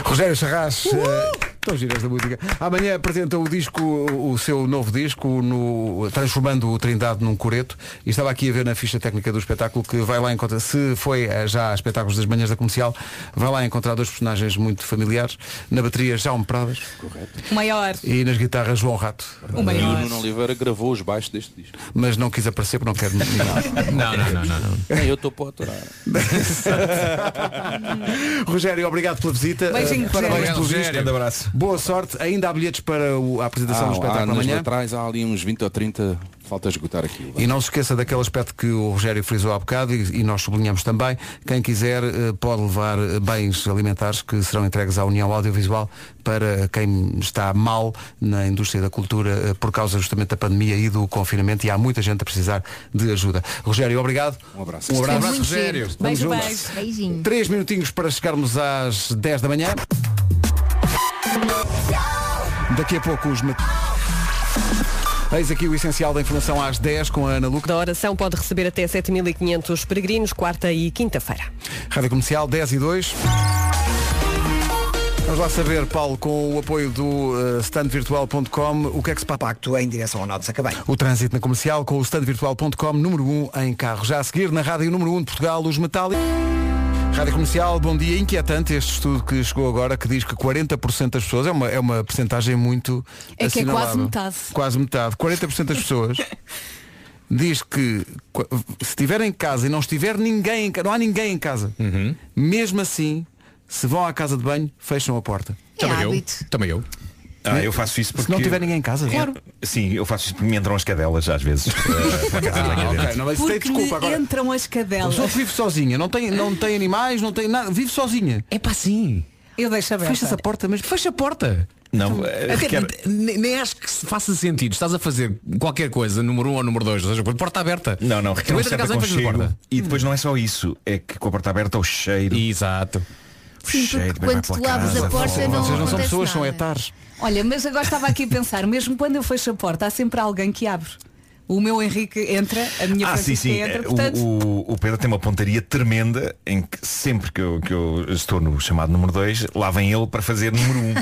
Speaker 2: Rogério Charras, eh, Estão giras da música. Amanhã apresenta o disco, o seu novo disco, no, transformando o Trindade num coreto. E estava aqui a ver na ficha técnica do espetáculo que vai lá encontrar, se foi eh, já a espetáculos das manhãs da comercial, vai lá encontrar dois personagens muito familiares. Na bateria, Jaume Pradas. Correto.
Speaker 4: O maior.
Speaker 2: E nas guitarras, João Rato.
Speaker 4: O maior.
Speaker 15: E o Nuno Oliveira gravou os baixos deste disco.
Speaker 2: Mas não quis aparecer porque não quero
Speaker 15: Não, não, não, não, Nem eu estou para aturar.
Speaker 2: Rogério, obrigado pela visita.
Speaker 15: Beijinho,
Speaker 2: Eh, Parabéns
Speaker 15: Rogério.
Speaker 2: pelo
Speaker 15: Rogério,
Speaker 2: disco.
Speaker 15: grande abraço. Ah,
Speaker 2: Boa sorte. Ainda há bilhetes para o- a apresentação do
Speaker 15: há
Speaker 2: espetáculo
Speaker 15: anos
Speaker 2: amanhã.
Speaker 15: atrás há ali uns 20 ou 30, falta esgotar aquilo.
Speaker 2: E não se esqueça daquele aspecto que o Rogério frisou há bocado e, e nós sublinhamos também. Quem quiser eh, pode levar eh, bens alimentares que serão entregues à União Audiovisual para quem está mal na indústria da cultura eh, por causa justamente da pandemia e do confinamento e há muita gente a precisar de ajuda. Rogério, obrigado. Um abraço. Um abraço,
Speaker 5: Muito
Speaker 2: Rogério.
Speaker 5: giro.
Speaker 2: Estamos
Speaker 5: Beijo,
Speaker 2: juntos.
Speaker 5: beijo. Beijinho.
Speaker 2: Três minutinhos para chegarmos às 10 da manhã. Daqui a pouco os... mat- Eis aqui o essencial da informação às 10 com a Ana Luca.
Speaker 18: Da oração pode receber até 7.500 peregrinos, quarta e quinta-feira.
Speaker 2: Rádio Comercial 10 e 2. Vamos lá saber, Paulo, com o apoio do eh, standvirtual.com, o que é que se papacto em direção ao Norte Sacabém. O trânsito na comercial com o standvirtual.com, número 1 em carro. Já a seguir, na rádio número 1 de Portugal, os metálicos. Rádio Comercial, bom dia. Inquietante este estudo que chegou agora, que diz que 40% das pessoas, é uma, é uma percentagem muito
Speaker 5: É que é
Speaker 2: assinalável.
Speaker 5: quase metade.
Speaker 2: Quase metade. 40% das pessoas diz que qu- se estiver em casa e não estiver ninguém em casa, não há ninguém em casa, mesmo assim, se vão à casa de banho, fecham a porta.
Speaker 5: É Também eu. hábito.
Speaker 2: Também eu.
Speaker 11: Ah, eu faço isso
Speaker 2: Se
Speaker 11: porque...
Speaker 2: não tiver ninguém em casa, é.
Speaker 11: Claro. Sim, eu faço isso porque me entram as cadelas às vezes. eh, para casa de banho
Speaker 2: Ah, ok,
Speaker 11: adentro.
Speaker 2: não vai-
Speaker 4: Porque
Speaker 2: desculpa,
Speaker 4: lhe
Speaker 2: agora-
Speaker 4: entram as
Speaker 2: A
Speaker 4: cadelas.
Speaker 2: pessoa que vive sozinha, não tem, não tem animais, não tem nada, vive sozinha.
Speaker 7: É pá, sim.
Speaker 4: Eu deixo aberta.
Speaker 7: Fecha-se a
Speaker 2: porta, mas
Speaker 7: fecha a porta.
Speaker 11: Não,
Speaker 7: Até- ne- nem acho que se faça sentido. Estás a fazer qualquer coisa, número 1 um ou número 2, ou seja, porta aberta.
Speaker 11: Não, não,
Speaker 7: Tu
Speaker 11: requer um
Speaker 7: entras na
Speaker 11: certo
Speaker 7: casa e fechas a
Speaker 11: aconchego
Speaker 7: porta.
Speaker 11: E depois não é só isso, é que com a porta aberta o cheiro.
Speaker 7: Exato.
Speaker 5: Sim, porque quando tu abres a porta
Speaker 2: Vocês
Speaker 5: não
Speaker 2: não são
Speaker 5: acontece
Speaker 2: pessoas, são
Speaker 5: nada.
Speaker 2: etares.
Speaker 4: Olha, mas agora estava aqui a pensar, mesmo quando eu fecho a porta, há sempre alguém que abre. O meu Henrique entra, a minha
Speaker 11: Ah, sim,
Speaker 4: Francisca
Speaker 11: sim.
Speaker 4: entra,
Speaker 11: Eh,
Speaker 4: portanto.
Speaker 11: O, o- o Pedro tem uma pontaria tremenda em que sempre que eu, que eu estou no chamado número 2, lá vem ele para fazer número 1. Um.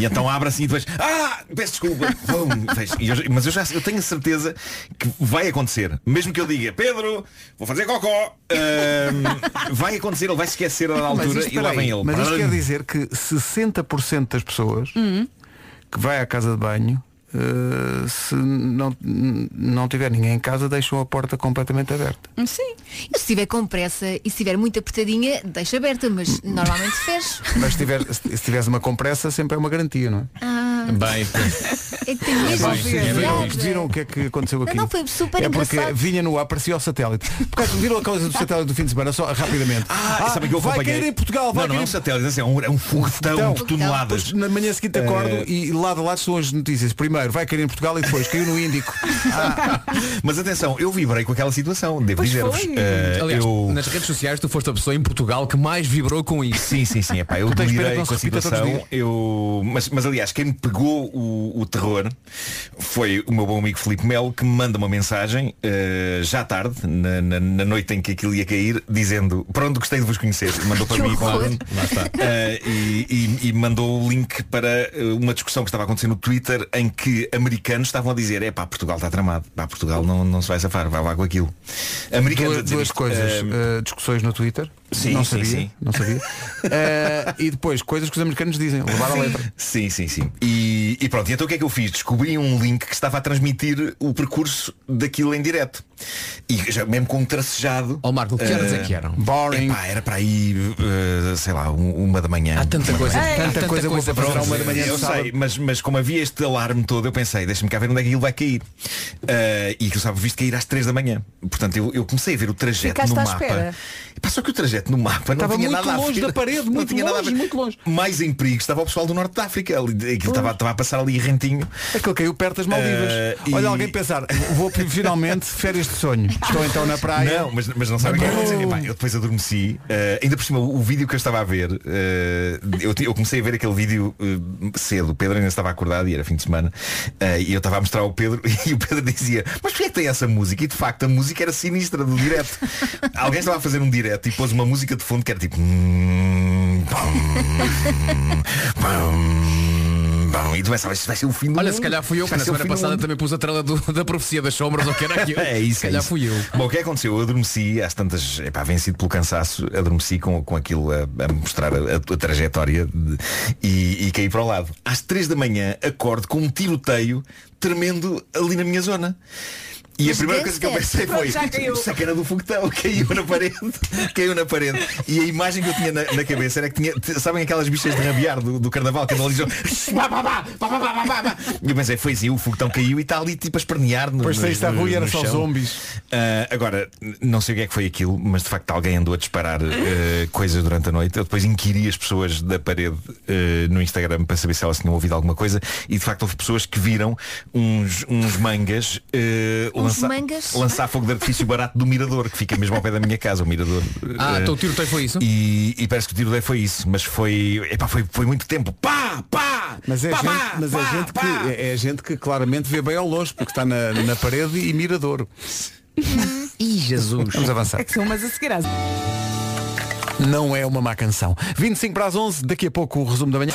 Speaker 11: E então abre assim e depois, ah, peço desculpa. Vão, vejo. E eu- mas eu já eu tenho a certeza que vai acontecer. Mesmo que eu diga, Pedro, vou fazer cocó. ahm, vai acontecer, ele vai se esquecer da
Speaker 2: Mas
Speaker 11: altura
Speaker 2: isto,
Speaker 11: e lá
Speaker 2: peraí,
Speaker 11: vem ele.
Speaker 2: Mas isto
Speaker 11: Brum.
Speaker 2: quer dizer que 60% das pessoas
Speaker 4: Hum.
Speaker 2: que vai à casa de banho, eh, se não, não tiver ninguém em casa, deixam a porta completamente aberta.
Speaker 5: Sim. Eu se estiver com pressa e se estiver muito apertadinha, deixa aberta, mas normalmente fecho.
Speaker 2: Mas se, tiver, se tiveres uma compressa, sempre é uma garantia, não é?
Speaker 5: Ah,
Speaker 7: Bem.
Speaker 5: é que tenho mesmo
Speaker 2: Vocês viram,
Speaker 5: ansiedade.
Speaker 2: viram o que é que aconteceu
Speaker 5: Não,
Speaker 2: aqui?
Speaker 5: não, foi super
Speaker 2: é porque
Speaker 5: engraçado.
Speaker 2: vinha no ar, parecia o satélite. Porque viram a causa do satélite do fim de semana, só rapidamente.
Speaker 11: Ah, sabem que eu
Speaker 2: vai
Speaker 11: acompanhei-
Speaker 2: cair em Portugal, vai
Speaker 11: não, não é
Speaker 2: cair
Speaker 11: um
Speaker 2: em
Speaker 11: satélite, assim, é um, é um foguetão de toneladas.
Speaker 2: Depois, Na manhã seguinte acordo
Speaker 11: Eh,
Speaker 2: e lado a lado são as notícias. Primeiro vai cair em Portugal e depois caiu no Índico.
Speaker 11: Mas atenção, eu vibrei com aquela situação, devo
Speaker 7: Pois
Speaker 11: dizer-vos.
Speaker 7: foi.
Speaker 11: Eh,
Speaker 7: Aliás,
Speaker 11: eu...
Speaker 7: nas redes sociais tu foste a pessoa em Portugal que mais vibrou com isso.
Speaker 11: Sim, sim, sim. Epá, eu
Speaker 7: Tu tens pena que
Speaker 11: delirei
Speaker 7: não se
Speaker 11: com a
Speaker 7: repita todos os
Speaker 11: situação. Eu... Mas, mas aliás, quem me pegou o, o terror foi o meu bom amigo Filipe Melo que me manda uma mensagem eh, já tarde, na, na- na noite em que aquilo ia cair, dizendo pronto, gostei de vos conhecer. Mandou para
Speaker 7: Que
Speaker 11: mim e para o
Speaker 7: horror.
Speaker 11: Nuno.
Speaker 7: Lá está.
Speaker 11: Eh, e, e- e mandou o link para eh, uma discussão que estava acontecendo no Twitter em que americanos estavam a dizer, é pá, Portugal está tramado, pá, Portugal não, não se vai safar, vai lá com aquilo. Americanos a
Speaker 2: duas,
Speaker 11: dizer
Speaker 2: duas
Speaker 11: isto,
Speaker 2: coisas.
Speaker 11: eh,
Speaker 2: eh, discussões no Twitter.
Speaker 11: Sim,
Speaker 2: não
Speaker 11: sim,
Speaker 2: sabia.
Speaker 11: sim.
Speaker 2: Não sabia. Eh, e depois coisas que os americanos dizem. Levar a letra.
Speaker 11: Sim, sim, sim. E, e pronto, e então o que é que eu fiz? Descobri um link que estava a transmitir o percurso daquilo em direto. E já, mesmo com um tracejado.
Speaker 7: Ó Marco, que horas é que
Speaker 2: Eh,
Speaker 7: eram?
Speaker 11: Boring. era para aí, eh, sei lá, um- uma da manhã. Há
Speaker 7: tanta coisa, tanta
Speaker 2: tanta coisa coisa para
Speaker 11: para
Speaker 2: fazer.
Speaker 11: uma da manhã. Eu
Speaker 2: Sábado.
Speaker 11: sei, mas, mas como havia este alarme todo, eu pensei, deixa-me cá ver onde é que ele vai cair. Eh, e que eu estava visto cair às três da manhã. Portanto, eu, eu comecei a ver o trajeto
Speaker 4: Ficaste
Speaker 11: no
Speaker 4: à
Speaker 11: mapa.
Speaker 4: espera.
Speaker 11: Pá, só que o trajeto no mapa não
Speaker 2: Estava
Speaker 11: tinha
Speaker 2: muito
Speaker 11: nada a
Speaker 2: longe
Speaker 11: ver.
Speaker 2: da parede,
Speaker 11: Não
Speaker 2: muito
Speaker 11: tinha nada a
Speaker 2: longe,
Speaker 11: ver.
Speaker 2: muito longe.
Speaker 11: Mais em perigo estava o pessoal do norte da África. Ali, Aquilo estava, estava a passar ali rentinho.
Speaker 2: Aquilo caiu perto das Maldivas.
Speaker 11: Eh,
Speaker 2: Olha
Speaker 11: e-
Speaker 2: alguém pensar, vou finalmente férias de sonho. Estou então na praia.
Speaker 11: Não, mas, mas não sabem o que é que aconteceu. Epá, Eu depois adormeci. eh, ainda por cima, o, o vídeo que eu estava a ver, eh, eu, te- eu comecei a ver aquele vídeo eh, cedo. O Pedro ainda estava acordado e era fim de semana. eh, e eu estava a mostrar ao Pedro e o Pedro dizia, mas porquê é que tem essa música? E de facto a música era sinistra do direto. Alguém estava a fazer um direto e pôs uma música de fundo que era tipo. "Hum, pam, pam, bom. hum, E tu pensavas, isto vai ser o fim do
Speaker 2: Olha,
Speaker 11: mundo.
Speaker 2: se calhar fui eu, que
Speaker 11: Vai
Speaker 2: na
Speaker 11: ser o
Speaker 2: semana
Speaker 11: fim do
Speaker 2: passada
Speaker 11: mundo.
Speaker 2: também pus a trela do- da profecia das sombras, ou que era aquilo.
Speaker 11: é isso,
Speaker 2: Se calhar
Speaker 11: é isso.
Speaker 2: fui eu.
Speaker 11: Bom, o que é que aconteceu? Eu adormeci às tantas, epá, vencido pelo cansaço, adormeci com, com aquilo a, a mostrar a, a- a trajetória de- e, e caí para o lado. Às três da manhã acordo com um tiroteio tremendo ali na minha zona. E
Speaker 19: Mas
Speaker 11: a primeira coisa que eu
Speaker 19: desse.
Speaker 11: pensei foi
Speaker 19: Pronto, já caiu.
Speaker 11: sacana do foguetão, caiu na parede, caiu na parede. E a imagem que eu tinha na, na cabeça era que tinha, t- sabem aquelas bichas de rabiar do, do carnaval que andam ali e dizem, "Bah, bah, bah, bah, bah, bah, bah, bah." E eu pensei, foi assim, o foguetão caiu e está ali tipo a espernear no,
Speaker 7: Pois
Speaker 11: no-
Speaker 7: saíste à
Speaker 11: no-
Speaker 7: rua e
Speaker 11: no
Speaker 7: era só
Speaker 11: chão.
Speaker 7: zombies.
Speaker 11: Ah, agora, n- não sei o que é que foi aquilo, mas de facto alguém andou a disparar eh, coisas durante a noite. Eu depois inquiri as pessoas da parede eh, no Instagram para saber se elas tinham ouvido alguma coisa e de facto houve pessoas que viram uns, uns mangas, eh,
Speaker 5: Uns mangas?
Speaker 11: lançar fogo de artifício barato do Mirador, que fica mesmo ao pé da minha casa, o Mirador.
Speaker 2: Ah,
Speaker 11: eh,
Speaker 2: então o tiroteio foi isso?
Speaker 11: E, e parece que o tiroteio foi isso, mas foi, epá, foi, foi muito tempo. Pá, pá!
Speaker 7: Mas é,
Speaker 11: pá,
Speaker 7: gente,
Speaker 11: pá,
Speaker 7: mas
Speaker 11: pá,
Speaker 7: é, gente
Speaker 11: pá.
Speaker 7: que, é, é gente que claramente vê bem ao longe, porque está na, na parede e miradouro.
Speaker 2: Ih, Jesus.
Speaker 7: Vamos avançar.
Speaker 4: é São umas a seguir às...
Speaker 7: Não é uma má canção. 25 para as 11, daqui a pouco o resumo da manhã.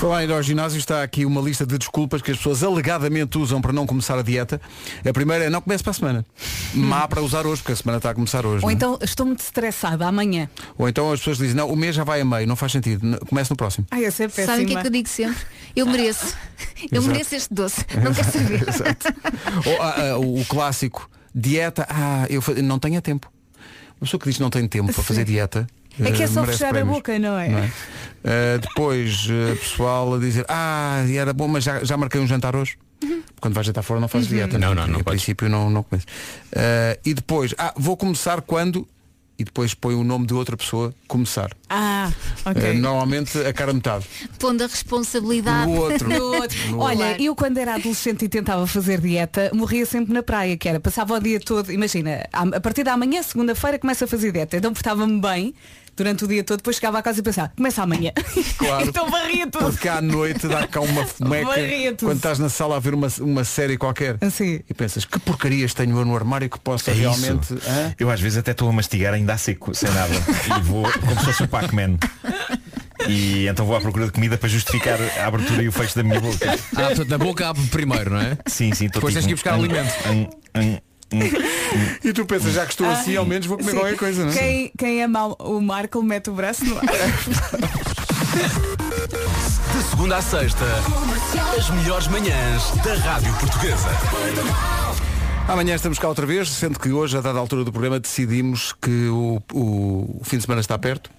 Speaker 7: Falar em ir ao ginásio, está aqui uma lista de desculpas que as pessoas alegadamente usam para não começar a dieta. A primeira é não comece para a semana. Má para usar hoje, porque a semana está a começar hoje.
Speaker 4: Ou
Speaker 7: não é?
Speaker 4: então estou muito estressada amanhã.
Speaker 7: Ou então as pessoas dizem, não, o mês já vai a meio, não faz sentido, n- comece no próximo.
Speaker 4: Ai, essa é péssima.
Speaker 5: Sabem o que é que eu digo sempre? Eu mereço. Eu
Speaker 7: Exato.
Speaker 5: mereço este doce. Não quero saber.
Speaker 7: Exato. Ou ah, ah, o, o clássico, dieta, ah, eu fa- não tenho tempo. Uma pessoa que diz que não tem tempo para fazer
Speaker 4: Sim.
Speaker 7: dieta.
Speaker 4: É que é
Speaker 7: eh,
Speaker 4: só
Speaker 7: merece
Speaker 4: fechar a
Speaker 7: prémios.
Speaker 4: boca, não é?
Speaker 7: Não é? Ah, depois, eh, pessoal a dizer, ah, era bom, mas já, já marquei um jantar hoje. Quando vais jantar fora não fazes dieta. Não, não, não. No princípio não, não comes. Ah, e depois, ah, vou começar quando? E depois põe o nome de outra pessoa, começar.
Speaker 4: Ah, ok.
Speaker 7: Ah, normalmente a cara metade.
Speaker 5: Pondo a
Speaker 4: Ah.
Speaker 5: responsabilidade
Speaker 7: No outro.
Speaker 5: no outro.
Speaker 7: No
Speaker 4: Olha,
Speaker 5: Claro.
Speaker 4: eu quando era adolescente e tentava fazer dieta, morria sempre na praia, que era, passava o dia todo, imagina, a a partir da manhã, segunda-feira, começo a fazer dieta. Então portava-me bem durante o dia todo, depois chegava à casa e pensava, "Ah, começa amanhã.
Speaker 7: Claro.
Speaker 4: então varria tudo.
Speaker 7: Porque à noite dá cá uma fumeca
Speaker 4: Varria tudo.
Speaker 7: é quando estás na sala a ver uma, uma série qualquer e pensas que porcarias tenho eu no armário que possa
Speaker 11: É isso.
Speaker 7: realmente. hã?
Speaker 11: Eu às vezes até estou a mastigar ainda a seco, sem nada. e vou como se fosse o Pac-Man. E então vou à procura de comida para justificar a abertura e o fecho da minha boca.
Speaker 2: Ah, portanto, a boca abre primeiro, não é?
Speaker 11: Sim, sim. tipo um
Speaker 2: Depois tens que ir buscar alimento.
Speaker 7: E tu pensas, já que estou assim, ao menos vou comer
Speaker 4: Sim.
Speaker 7: qualquer coisa, não é?
Speaker 4: Quem, quem ama o Marco mete o braço no ar.
Speaker 20: De segunda à sexta, as melhores manhãs da Rádio Portuguesa.
Speaker 2: Ah,
Speaker 7: Amanhã estamos cá outra vez, sendo que hoje, a dada altura do programa, decidimos que o, o fim de semana está perto.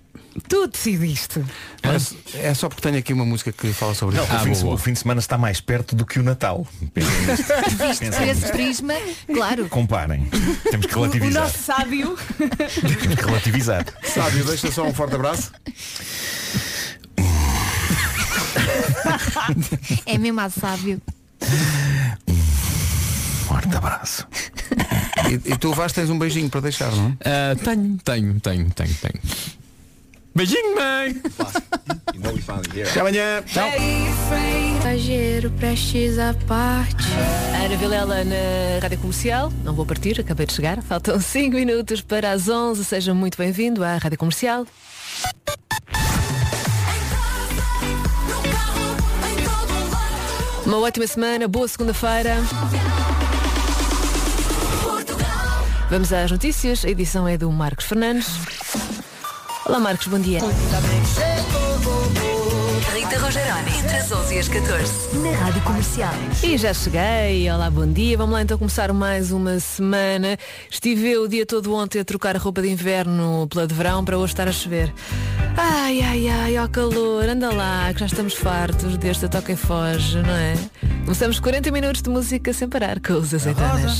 Speaker 4: Tu decidiste.
Speaker 7: Mas é só porque tenho aqui uma música que fala sobre
Speaker 11: Não,
Speaker 2: Ah,
Speaker 7: isso.
Speaker 11: o, fim de, o fim de semana está mais perto do que o Natal.
Speaker 5: Visto por esse prisma, claro.
Speaker 11: Comparem. Temos que
Speaker 4: O
Speaker 11: relativizar.
Speaker 4: nosso sábio.
Speaker 11: Temos que relativizar.
Speaker 7: Sábio, deixa só um forte abraço.
Speaker 5: É mesmo a sábio.
Speaker 11: Forte abraço.
Speaker 7: E, e tu vais tens um beijinho para deixar, não é?
Speaker 2: Ah, tenho, tenho, tenho, tenho, tenho. Beijinho, mãe!
Speaker 7: Até amanhã. Tchau.
Speaker 18: Exagero, prestes à parte. Ana Vilela na Rádio Comercial. Não vou partir, acabei de chegar. Faltam 5 minutos para as 11. Seja muito bem-vindo à Rádio Comercial. Uma ótima semana, boa segunda-feira. Vamos às notícias. A edição é do Marcos Fernandes. Olá Marcos, bom dia.
Speaker 21: Rita Rogeroni, entre as 11 e as 14, na Rádio Comercial.
Speaker 18: E já cheguei, olá, bom dia. Vamos lá então começar mais uma semana. Estive eu o dia todo ontem a trocar a roupa de inverno pela de verão para hoje estar a chover. Ai, ai, ai, ó calor, anda lá, que já estamos fartos deste toca e foge, não é? Começamos 40 minutos de música sem parar com os azeitonas.